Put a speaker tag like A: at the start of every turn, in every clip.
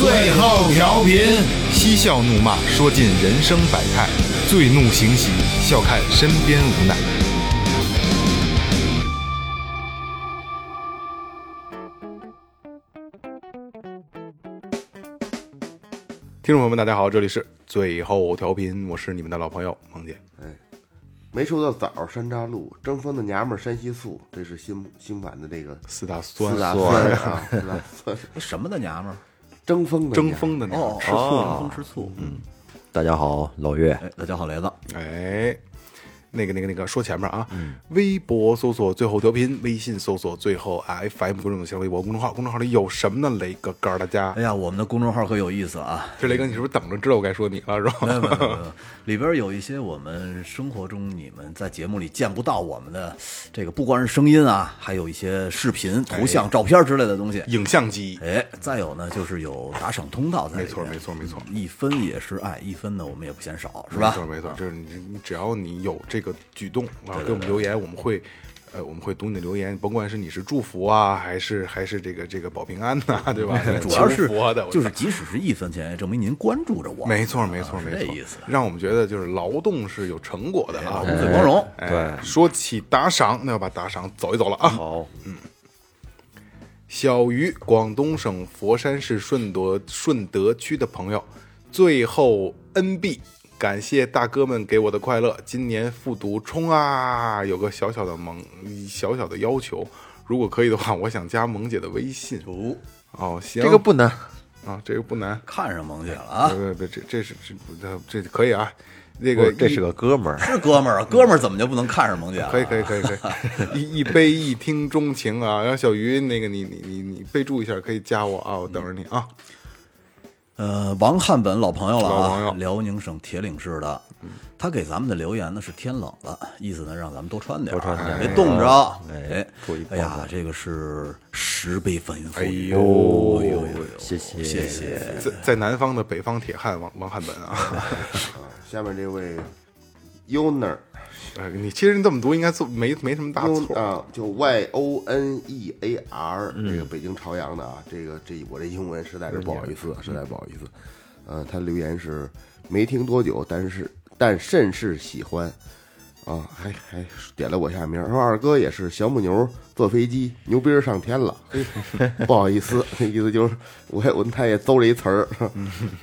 A: 最后调频，嬉笑怒骂，说尽人生百态；醉怒行喜，笑看身边无奈。听众朋友们，大家好，这里是最后调频，我是你们的老朋友萌姐。
B: 没抽到枣，山楂露，蒸风的娘们儿山西醋，这是新新版的这个
A: 四大酸
B: 四大酸啊，四大酸，
C: 什么的娘们儿？
B: 蒸风的
A: 争
B: 娘
A: 锋的那
C: 哦
A: 种，，
C: 吃醋，争风吃醋。嗯，
D: 大家好，老岳，
C: 哎，大家好，雷子，
A: 哎，那个那个那个，说前面啊，
C: 嗯
A: 微博搜索最后调频，微信搜索最后 FM 公众新浪微博公众号，公众号里有什么呢？雷哥，告诉大家
C: 哎，呀，我们的公众号可有意思了啊！
A: 这雷哥，你是不是等着知道我该说你了是
C: 没
A: 吧？
C: 有没有没有没有里边有一些我们生活中你们在节目里见不到我们的这个，不光是声音啊，还有一些视频、
A: 哎
C: 图像、照片之类的东西。
A: 影像记忆，
C: 哎，再有呢，就是有打赏通道在里
A: 没错
C: 边嗯
A: 没错没错，
C: 一分也是爱，一分呢我们也不嫌少，是
A: 没
C: 吧
A: 错？没错，就是你你只要你有这个举动，然后给我们留言，我们会。呃，我们会读你的留言，甭管是你是祝福啊，还是还是这个这个保平安呐、对吧？
C: 主要
A: 求
C: 是
A: 佛的，我
C: 就是
A: 操
C: 即使是一分钱，也证明您关注着我。
A: 没错没错
C: 啊
A: 没
C: 是这
A: 错
C: 意思，
A: 让我们觉得就是劳动是有成果的啊，
C: 我们最光荣。
A: 哎，说起打赏，那要把打赏走一走了啊。好，嗯。小鱼，广东省佛山市顺德顺德区的朋友，最后 NB，感谢大哥们给我的快乐。今年复读冲啊！有个小小的萌小小的要求，如果可以的话，我想加萌姐的微信。
C: 哦，
A: 哦，行，
B: 这个不难，
A: 啊，这个不难。
C: 看上萌姐了啊！
A: 不不，呃这这是这这可以啊。那
D: 不
A: 个
D: 是这
A: 一
D: 是个哥们儿，
C: 是哥们儿啊，哥们儿怎么就不能看上萌姐了？
A: 可以可以可以可以，一一杯一听钟情啊！然后小鱼，那个你你你你备注一下，可以加我啊，我等着你啊。
C: 呃，王汉本老朋友了啊，
A: 老朋友
C: 辽宁省铁岭市的，他给咱们的留言呢是天冷了，意思呢让咱们多穿点儿，
D: 多穿点儿
C: 别冻着。
D: 哎
C: 哎
D: 注意，
C: 哎
D: 保
C: 呀，这个是十倍翻云覆
A: 哎
C: 雨，
A: 呦
C: 哎呦哎呦，
D: 谢谢
C: 谢谢。
A: 在在南方的北方铁汉王王汉本啊，
B: 下面这位 Yoner
A: 哎你其实你这么读应该做没没什么大
B: Yon-
A: 错。嗯
B: 啊，就 Y O N E A R，这个北京朝阳的啊，这个这我这英文实在是不好意思，实在不好意思。呃，他留言是没听多久，但是但甚是喜欢。啊，还还点了我一下名儿，说二哥也是小母牛坐飞机，牛逼儿上天 了。不好意思，那意思就是我也我他也邹了一 词儿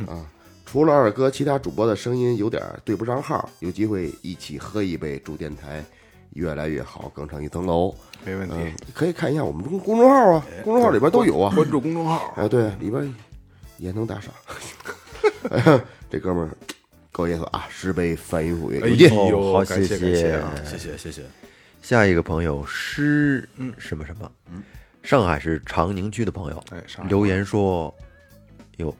B: 啊。除了二哥，其他主播的声音有点对不上号，有机会一起喝一杯，祝电台越来越好，更上一层楼。
A: 没问题
B: 嗯、可以看一下我们公公众号啊，公众号里边都有啊。
A: 关注公众号，
B: 啊，对，里边也能 打赏。这哥们儿够意思啊，十杯翻云覆雨，
A: 哎
B: 有劲。
A: 呦，
D: 好
A: 感
D: 谢
A: 感谢啊！
C: 谢谢谢谢，
D: 下一个朋友诗嗯什么什么，上海市长宁区的朋友
A: 哎上海
D: 留言说：“哟，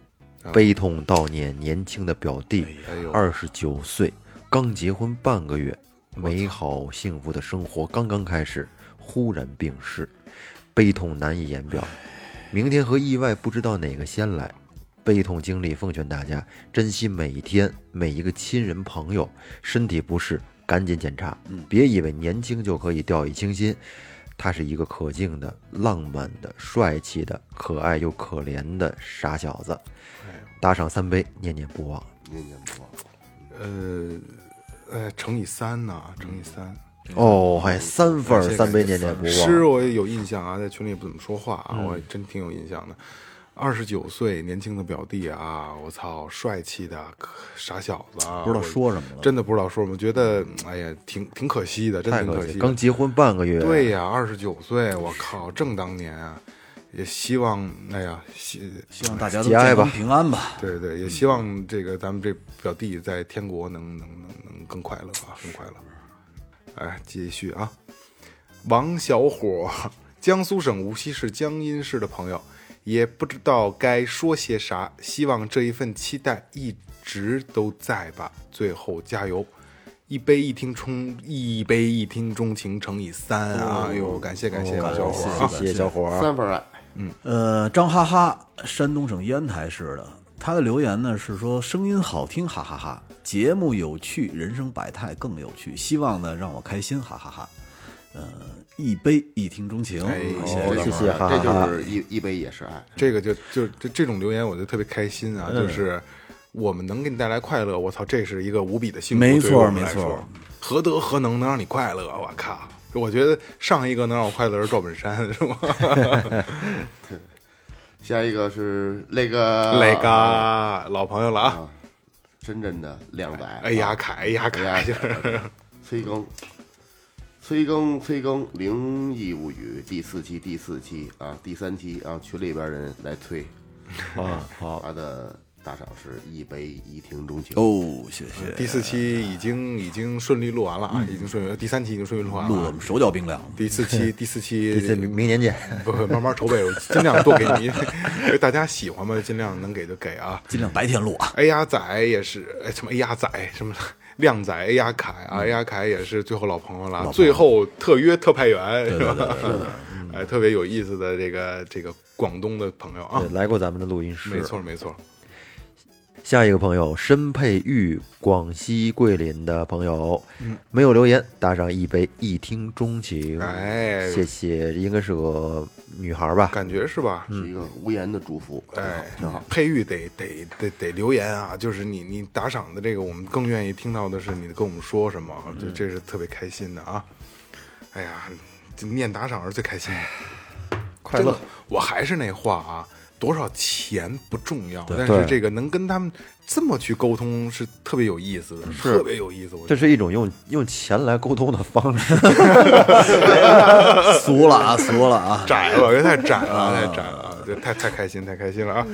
D: 悲痛悼念年轻的表弟，二十九岁，刚结婚半个月，美好幸福的生活刚刚开始，忽然病逝，悲痛难以言表。明天和意外不知道哪个先来。”悲痛经历，奉劝大家珍惜每一天、每一个亲人朋友。身体不适，赶紧检查。
A: 嗯
D: 别以为年轻就可以掉以轻心，他是一个可敬的、浪漫的、帅气的、可爱又可怜的傻小子。
A: 哎
D: 打赏三杯，念念不忘。
B: 念念不忘。
A: 呃呃，乘以三呐，乘以三。
D: 哦，还三分
A: 嗯谢
D: 儿，
A: 谢
D: 三杯念念不
A: 诗
D: 忘。
A: 我也有印象啊，在群里也不怎么说话啊，我还真挺有印象的。二十九岁年轻的表弟啊，我操，帅气的可傻小子啊，
C: 不知道说什么了
A: 我真的不知道说什么，觉得哎呀，挺挺可惜的，真
D: 太
A: 挺
D: 可
A: 惜
D: 惜，
A: 的。
D: 刚结婚半个月。
A: 对呀，二十九岁，我靠，正当年啊，也希望哎呀，希
C: 希望大家都
D: 节哀
C: 健康
D: 吧
C: 平安吧。
A: 对对，也希望这个咱们这表弟在天国能能能能更快乐啊，更快乐。哎，继续啊，王小伙，江苏省无锡市江阴市的朋友，也不知道该说些啥。希望这一份期待一直都在吧。最后加油！一杯一听钟，一杯一听钟情乘以三啊！哎呦，感谢感谢
C: 哦感谢
A: 小伙儿啊！
D: 谢谢小伙儿，
B: 三分儿爱，
C: 呃，张哈哈，山东省烟台市的，他的留言呢是说声音好听，哈哈哈节目有趣，人生百态更有趣，希望呢让我开心，哈哈哈呃，一杯一听钟情，
A: 哎
C: 谢
B: 哦
A: 好
C: 谢
D: 谢
C: 谢
D: 谢哈
B: 这就
D: 哈，
B: 是一一杯也是爱。
A: 这个就就这这种留言，我就特别开心啊！就是我们能给你带来快乐，我操，这是一个无比的幸福。
C: 没
A: 对于
C: 错
A: 我们来说
C: 没错，
A: 何德何能能让你快乐？啊我靠！我觉得上一个能让我快乐是赵本山，是吗？
B: 下一个是 那个
A: 磊哥，老朋友了啊！
B: 深圳的靓仔，
A: 哎呀，凯，哎呀，
B: 哎呀
A: 凯，就是
B: 催更，催更，催更，《灵异物语》第四期，第四期啊，第三期啊，群里边人来催，
D: 啊好，
B: 他的打赏是一杯一听钟情。
C: 哦，谢谢，
A: 第四期已经已经顺利录完了啊，已经顺利，第三期已经顺利录完
C: 录的我
A: 了啊。
C: 们手脚冰凉。
A: 第四期，第四期，
D: 这次明明年见，
A: 不不，慢慢筹备，我尽量多给你， 因为大家喜欢嘛，尽量能给就给啊。
C: 尽量白天录啊，
A: 哎呀仔也是，哎什么哎呀仔什么靓仔，哎呀凯啊，哎呀凯也是最后老朋友了，最后特约特派员是吧？哎，特别有意思的这个这个广东的朋友啊
D: 对，，来过咱们的录音室，
A: 没错没错，
D: 下一个朋友，申佩玉，广西桂林的朋友，没有留言，打赏一杯，一听钟情。
A: 哎
D: 谢谢，应该是个女孩吧？
A: 感觉是吧？
B: 是一个无言的祝福，
A: 哎，
B: 挺好。
A: 佩玉得得得得留言啊！就是你你打赏的这个，我们更愿意听到的是你跟我们说什么，
D: 嗯
A: 这这是特别开心的啊！哎呀，这念打赏是最开心的。
D: 哎快乐
A: 真的。我还是那话啊，多少钱不重要，但
D: 对
A: 是这个能跟他们这么去沟通是特别有意思的，特别有意思。我觉
D: 这
A: 得
D: 是一种用用钱来沟通的方式，
C: 俗了啊，俗了啊，
A: 窄 了，我觉得太窄了，太
D: 啊
A: 窄了，这太太开心，太开心了
D: 嗯
A: 啊！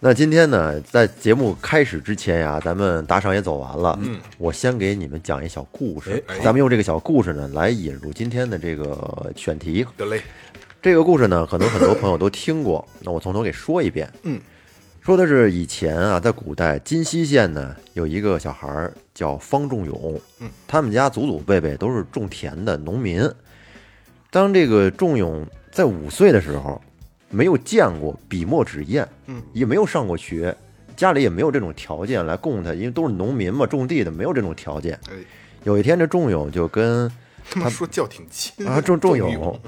D: 那今天呢，在节目开始之前呀、咱们打赏也走完了。嗯，我先给你们讲一小故事，
A: 哎
D: 咱们用这个小故事呢来引入今天的这个选题。
A: 得嘞，
D: 这个故事呢，可能很多朋友都听过，那我从头给说一遍。
A: 嗯，
D: 说的是以前啊，在古代金溪县呢，有一个小孩儿叫方仲永，嗯，他们家祖祖辈辈都是种田的农民。当这个仲永在五岁的时候，没有见过笔墨纸砚，嗯，也没有上过学，家里也没有这种条件来供他，因为都是农民嘛，种地的没有这种条件。
A: 哎，
D: 有一天，这仲永就跟
A: 他们说叫挺亲
D: 啊，仲仲
A: 勇
D: 永，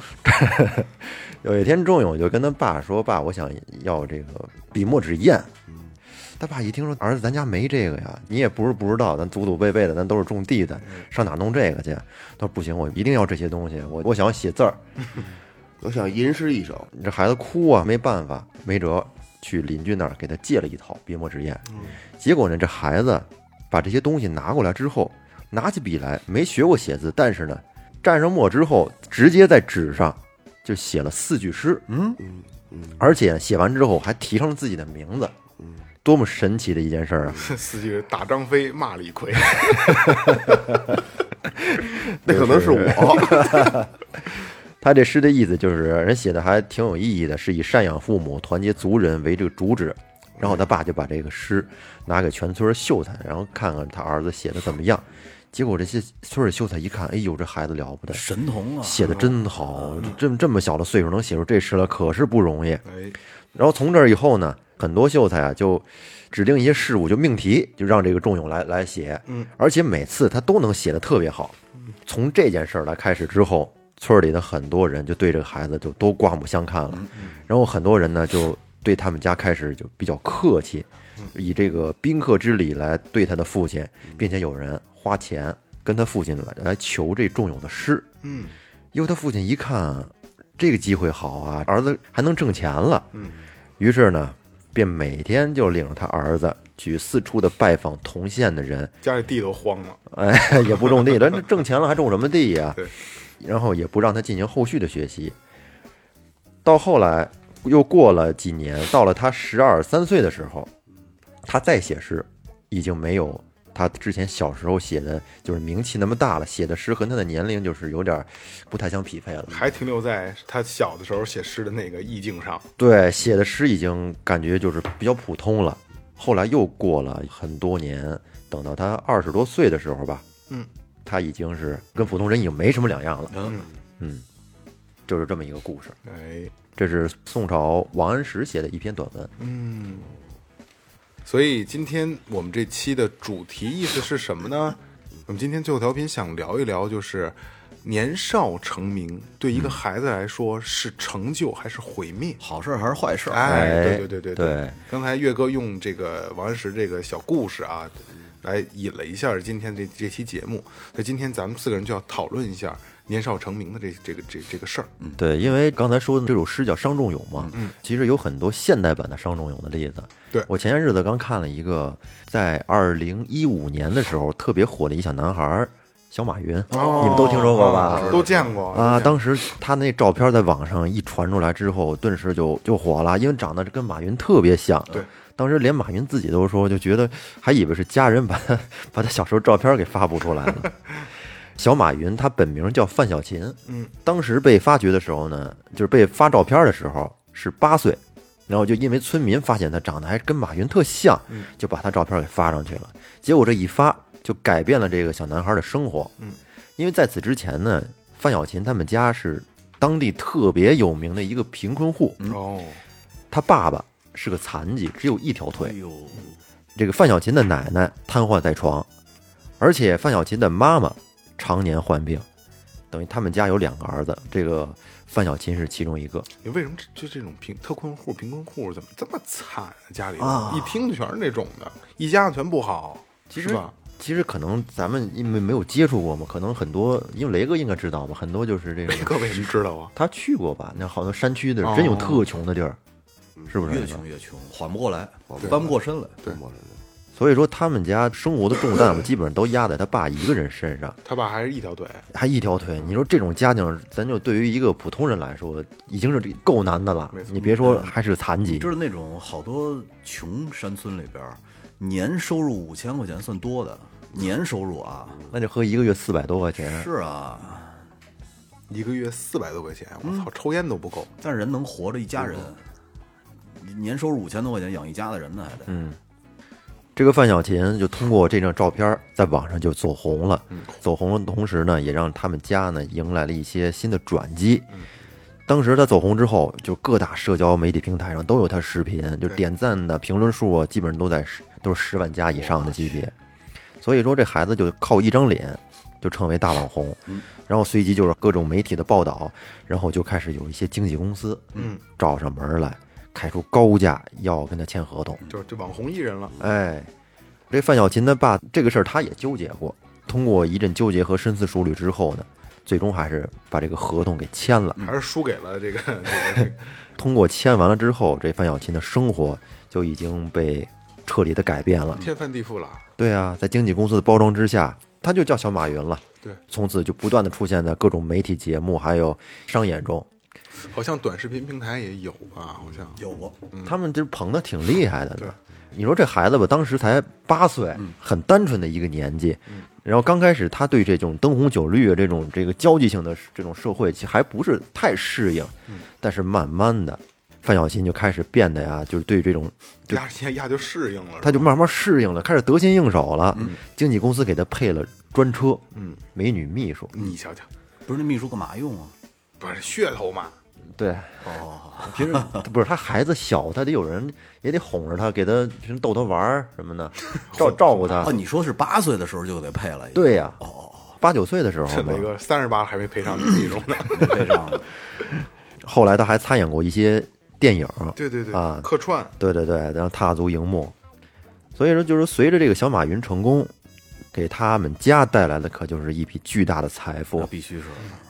D: 有一天仲永就跟他爸说：“爸，我想要这个笔墨纸砚。”他爸一听说儿子，咱家没这个呀，你也不是不知道，咱祖祖辈辈的，咱都是种地的，上哪弄这个去？他说不行，我一定要这些东西，我我想要写字儿。
B: 我想吟诗一首，
D: 这孩子哭啊，没办法，没辙，去邻居那儿给他借了一套笔墨纸砚。结果呢，这孩子把这些东西拿过来之后，拿起笔来，没学过写字，但是呢，蘸上墨之后，直接在纸上就写了四句诗。嗯而且写完之后还提上了自己的名字。多么神奇的一件事儿啊！
A: 司机打张飞骂李逵，
B: 那可能是我。
D: 他这诗的意思就是，人写的还挺有意义的，是以赡养父母、团结族人为这个主旨。然后他爸就把这个诗拿给全村秀才，然后看看他儿子写的怎么样。结果这些村里秀才一看，哎呦，这孩子了不得，
C: 神童啊，
D: 写的真好，这这么小的岁数能写出这诗来，可是不容易。
A: 哎，
D: 然后从这儿以后呢，很多秀才啊就指定一些事物，就命题，就让这个仲永来来写。嗯，而且每次他都能写的特别好。从这件事儿来开始之后，村儿里的很多人就对这个孩子就都刮目相看了。然后很多人呢就对他们家开始就比较客气，以这个宾客之礼来对他的父亲，并且有人花钱跟他父亲来来求这仲永的诗。
A: 嗯，
D: 因为他父亲一看这个机会好啊，儿子还能挣钱了，嗯，于是呢，便每天就领着他儿子去四处的拜访同县的人，
A: 家里地都荒了，
D: 哎，也不种地了，那挣钱了还种什么地呀、
A: 对
D: 然后也不让他进行后续的学习。到后来又过了几年，到了他十二三岁的时候，他再写诗，已经没有他之前小时候写的，就是名气那么大了，写的诗和他的年龄就是有点不太相匹配了。
A: 还停留在他小的时候写诗的那个意境上。
D: 对，写的诗已经感觉就是比较普通了。后来又过了很多年，等到他二十多岁的时候吧，
A: 嗯，
D: 他已经是跟普通人已经没什么两样了。
A: 嗯
D: 嗯，就是这么一个故事。
A: 哎，
D: 这是宋朝王安石写的一篇短文。
A: 嗯，所以今天我们这期的主题意思是什么呢？我们今天最后调频想聊一聊，就是年少成名对一个孩子来说是成就还是毁灭？
C: 好事儿还是坏事儿？
A: 哎，
D: 哎
A: 对对对
D: 对
A: 刚才岳哥用这个王安石这个小故事啊，来引了一下今天这这期节目。所以今天咱们四个人就要讨论一下年少成名的这这个这这个事儿。
D: 对，因为刚才说的这首诗叫《伤仲永》嘛，其实有很多现代版的《伤仲永》的例子。
A: 嗯对
D: 我前些日子刚看了一个，在二零一五年的时候特别火的一小男孩儿，小马云，
A: 哦
D: 你们都听说过吧？
A: 都见过
D: 啊，
A: 都见过
D: 当时他那照片在网上一传出来之后，顿时就就火了，因为长得跟马云特别像。啊
A: 对，
D: 当时连马云自己都说，就觉得还以为是家人把 他把他小时候照片给发布出来了。小马云他本名叫范小勤，
A: 嗯，
D: 当时被发掘的时候呢，就是被发照片的时候是八岁，然后就因为村民发现他长得还跟马云特像，就把他照片给发上去了。结果这一发就改变了这个小男孩的生活，
A: 嗯，
D: 因为在此之前呢，范小勤他们家是当地特别有名的一个贫困户，
A: 哦，
D: 他爸爸是个残疾，只有一条腿
C: 哎，呦，
D: 这个范小琴的奶奶瘫痪在床，而且范小琴的妈妈常年患病，等于他们家有两个儿子，这个范小琴是其中一个。
A: 你哎为什么这就这种贫特困户、贫困户怎么这么惨啊？家里
C: 啊
A: 一听就全是那种的，一家子全不好，
D: 其实
A: 是吧？
D: 其实可能咱们因为没有接触过嘛，可能很多因为雷哥应该知道吧，很多就是这
A: 雷
D: 个
A: 哥为什么知道啊？
D: 他去过吧，那好多山区的
A: 哦
D: 真有特穷的地儿，是不是？
C: 越穷越穷，缓不过来，
B: 不过来
C: 翻不过身来。
B: 对，陌生人
D: 所以说他们家生活的重担基本上都压在他爸一个人身上，
A: 他爸还是一条腿，
D: 还一条腿。你说这种家庭，咱就对于一个普通人来说，已经是够难的了
A: 没。错
D: 你别说还是个残疾
C: 你知，道那种好多穷山村里边儿，年收入五千块钱算多的，年收入啊，
D: 那就喝一个月四百多块钱，
C: 是啊，
A: 一个月四百多块钱，我
D: 嗯
A: 操，抽烟都不够。
C: 但是人能活着一家人，年收入五千多块钱养一家子人呢，还得。
D: 嗯。这个范小琴就通过这张照片在网上就走红了，
A: 嗯
D: 走红的同时呢，也让他们家呢迎来了一些新的转机。
A: 嗯
D: 当时他走红之后，就各大社交媒体平台上都有他视频，就
A: 对
D: 点赞的、评论数啊，基本上都在十都是十万加以上的级别。所以说，这孩子就靠一张脸就成为大网红，
A: 嗯
D: 然后随即就是各种媒体的报道，然后就开始有一些经纪公司，
A: 嗯，
D: 找上门来，开出高价要跟他签合同。
A: 就是这网红艺人了，
D: 哎，这范小琴的爸这个事儿他也纠结过，通过一阵纠结和深思熟虑之后呢，最终还是把这个合同给签了。
A: 还是输给了这个这个这个
D: 通过签完了之后，这范小琴的生活就已经被彻底的改变了。
A: 天翻地覆了。
D: 对啊，在经纪公司的包装之下，他就叫小马云了。
A: 对，
D: 从此就不断的出现在各种媒体节目还有商演中。
A: 好像短视频平台也有吧？好像
C: 有过，
D: 他们就是捧的挺厉害的
A: 对
D: 呢。你说这孩子吧，当时才八岁，很单纯的一个年纪，然后刚开始他对这种灯红酒绿啊这种这个交际性的这种社会，其实还不是太适应。但是慢慢的，范小新就开始变得呀，就是对这种，就
A: 压压压就适应了。
D: 他就慢慢适应了，开始得心应手了。经纪公司给他配了专车，
A: 嗯，
D: 美女秘书，
A: 你瞧瞧，
C: 不是那秘书干嘛用啊？
A: 不是噱头嘛？
D: 对，
C: 哦，
D: 平时不是他孩子小，他得有人也得哄着他，给他平时逗他玩儿什么的，照照顾他
C: 哦，。你说是八岁的时候就给配了，，
D: 啊对呀、
C: 哦，
D: 八九岁的时候
A: 这
D: 嘛
A: 那，个三十八还没配上那种 呢。
C: 没配上，
D: 后来他还参演过一些电影，
A: 对对对，
D: 啊
A: 客串
D: 对对对，然后踏足荧幕。所以说，就是随着这个小马云成功，给他们家带来的可就是一笔巨大的财
C: 那
A: 嗯
D: 富。
C: 哎必须是，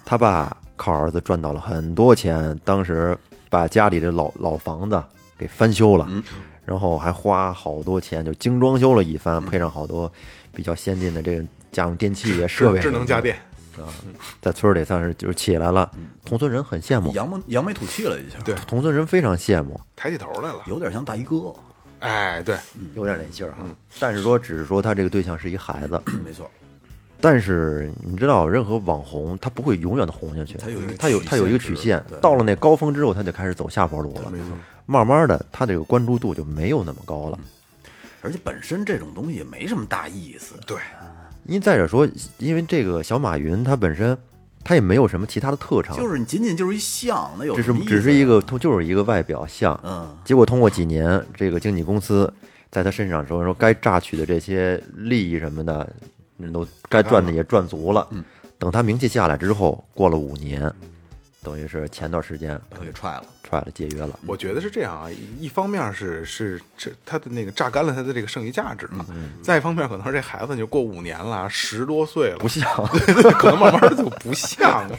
D: 他爸靠儿子赚到了很多钱，当时把家里的老老房子给翻修
A: 嗯
D: 了，然后还花好多钱就精装修了一番，
A: 嗯
D: 配上好多比较先进的这个家用电器啊设备，
A: 智能家，嗯电。
D: 在村儿里算是就是起来了。同村人很羡慕，
C: 扬眉扬眉吐气了一下，
A: 对
D: 同村人非常羡慕。
A: 抬起头来了。
C: 有点像大衣哥，
A: 哎，对，
C: 嗯
D: 有点那劲儿哈。嗯但是说，只是说他这个对象是一孩子，
C: 没错，
D: 但是你知道，任何网红他不会永远的红下去，
C: 他有一个
D: 他有
C: 曲线
D: 他有一个曲线，到了那高峰之后，他就开始走下坡路了。慢慢的，他这个关注度就没有那么高
C: 嗯
D: 了。
C: 而且本身这种东西也没什么大意思，
A: 对，
D: 因为再者说，因为这个小马云他本身他也没有什么其他的特长，
C: 就是你仅仅就是一像，那有
D: 嗯只
C: 什
D: 是
C: 么意思啊
D: 只是一个就是一个外表像，
C: 嗯，
D: 结果通过几年，这个经纪公司在他身上说说该榨取的这些利益什么的，人都该赚的也赚足了。
A: 嗯
D: 等他名气下来之后，过了五年，等于是前段时间
C: 把他给踹了。
D: 踹了解约了。
A: 我觉得是这样啊，一一方面是是这他的那个榨干了他的这个剩余价值嘛，再一方面可能是这孩子就过五年了，十多岁了，
D: 不像，
A: 可能慢慢的就不像了，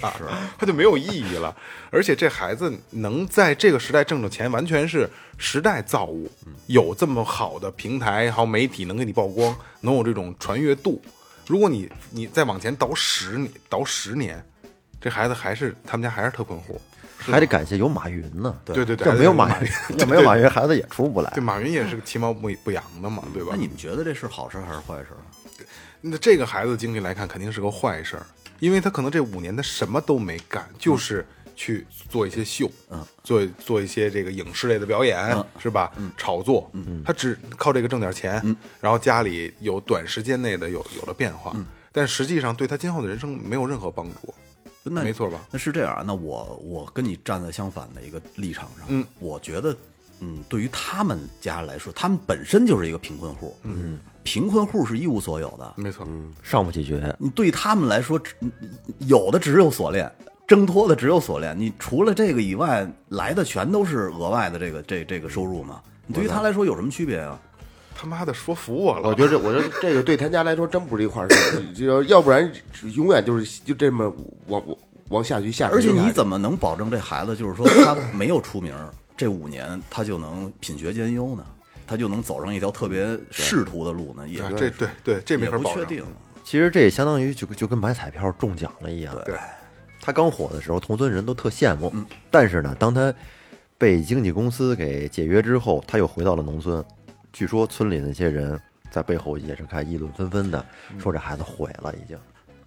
A: 他就没有意义了。而且这孩子能在这个时代挣着钱，完全是时代造物，有这么好的平台，还有媒体能给你曝光，能有这种传阅度。如果你你再往前倒十年，倒十年，这孩子还是他们家还是特困户。
D: 还得感谢有马云呢。
A: 对对对
D: 要没有
A: 还
D: 马
A: 得
D: 云
A: 有马云，
D: 要没有马云，孩子也出不来
A: 对，。马云也是个其貌不不扬的嘛，对吧？
C: 哎那你们觉得这是好事还是坏事？啊
A: 那这个孩子经历来看，肯定是个坏事儿，因为他可能这五年他什么都没干，就是去做一些秀，嗯，做做一些这个影视类的表演，
C: 嗯
A: 是吧？炒作，嗯，他只靠这个挣点钱，
C: 嗯
A: 然后家里有短时间内的有有了变化，
C: 嗯
A: 但实际上对他今后的人生没有任何帮助，
C: 那
A: 嗯没错吧？
C: 那是这样啊，那我我跟你站在相反的一个立场上，嗯，我觉得，嗯，对于他们家来说，他们本身就是一个贫困户，嗯，贫困户是一无所有的，
A: 没错，
C: 嗯
D: 上不起学，
C: 你对他们来说，只有的只有锁链，挣脱的只有锁链。你除了这个以外，来的全都是额外的这个这这个收入嘛？你对于他来说有什么区别啊？
A: 他妈的说服我了，
C: 哦
B: 我觉得这，我觉得这个对他家来说真不是一块儿事儿，就要不然永远就是就这么往往往下去下去。
C: 而且你
B: 么
C: 怎么能保证这孩子就是说他没有出名，这五年他就能品学兼优呢？他就能走上一条特别仕途的路呢？也
A: 啊这对对这没
C: 也
A: 法
C: 不
A: 保
C: 确
A: 证，嗯
C: 定。
D: 其实这也相当于就就跟买彩票中奖了一样。
A: 对，嗯
D: 他刚火的时候，同村人都特羡慕。但是呢，当他被经纪公司给解约之后，他又回到了农村。据说村里那些人在背后也是看议论纷纷的，
A: 嗯
D: 说这孩子毁了，已经。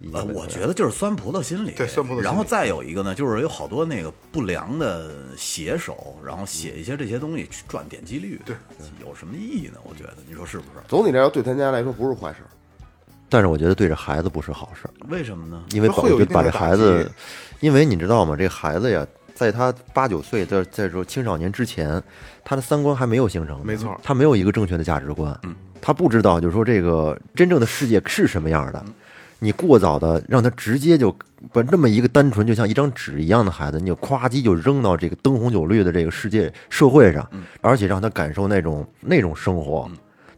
D: 已经
C: 呃，
D: 被
C: 我
D: 毁
C: 觉得就是酸葡萄心理，
A: 对酸葡萄心理
C: 然后再有一个呢，就是有好多那个不良的写手，然后写一些这些东西去赚点击率，对，有什么意义呢？我觉得，你说是不是？
B: 总体来说对他家来说不是坏事儿，
D: 但是我觉得对这孩子不是好事儿，
C: 为什么呢？
D: 因为
A: 他
D: 保
A: 会有一定
D: 把
A: 的
D: 这
A: 打
D: 孩子
A: 击，
D: 因为你知道吗？这孩子呀，在他八九岁，在在说青少年之前，他的三观还没有形成呢，
A: 没
C: 嗯
A: 错
D: 他没有一个正确的价值观，
A: 嗯
D: 他不知道就是说这个真正的世界是什么样
A: 嗯
D: 的。你过早的让他直接就把这么一个单纯就像一张纸一样的孩子，你就夸叽就扔到这个灯红酒绿的这个世界社会上，
A: 嗯
D: 而且让他感受那种那种生活，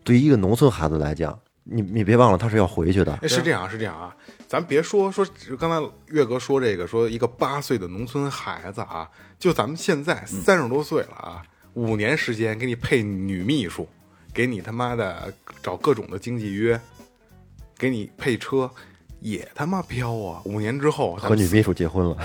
D: 对于一个农村孩子来讲，你你别忘了他是要回去的，
A: 哎，是这样啊，是这样啊，咱别说说，刚才岳哥说这个，说一个八岁的农村孩子啊，就咱们现在三十多岁了啊，五年时间给你配女秘书，给你他妈的找各种的经济约，给你配车，也他妈飘啊！五年之后
D: 和
A: 咱们
D: 女秘书结婚了。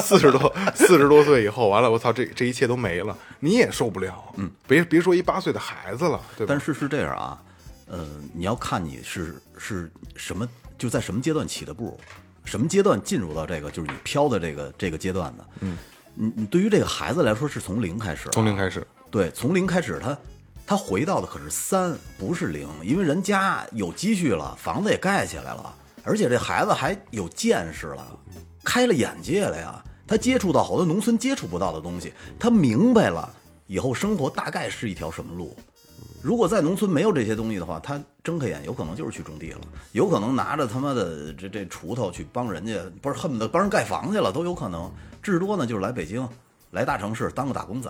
A: 四十多四十多岁以后，完了，我操，这这一切都没了，你也受不了，嗯，别别说一八岁的孩子了，对吧？
C: 但是是这样啊，呃，你要看你是是什么，就在什么阶段起的步，什么阶段进入到这个就是你飘的这个这个阶段的。嗯，你你对于这个孩子来说是从零开始啊，
A: 从零开始，
C: 对，从零开始他。他回到的可是三，不是零，因为人家有积蓄了，房子也盖起来了，而且这孩子还有见识了，开了眼界了呀。他接触到好多农村接触不到的东西，他明白了以后生活大概是一条什么路。如果在农村没有这些东西的话，他睁开眼有可能就是去种地了，有可能拿着他妈的这这锄头去帮人家，不是恨不得帮人盖房去了都有可能。至多呢就是来北京，来大城市当个打工仔。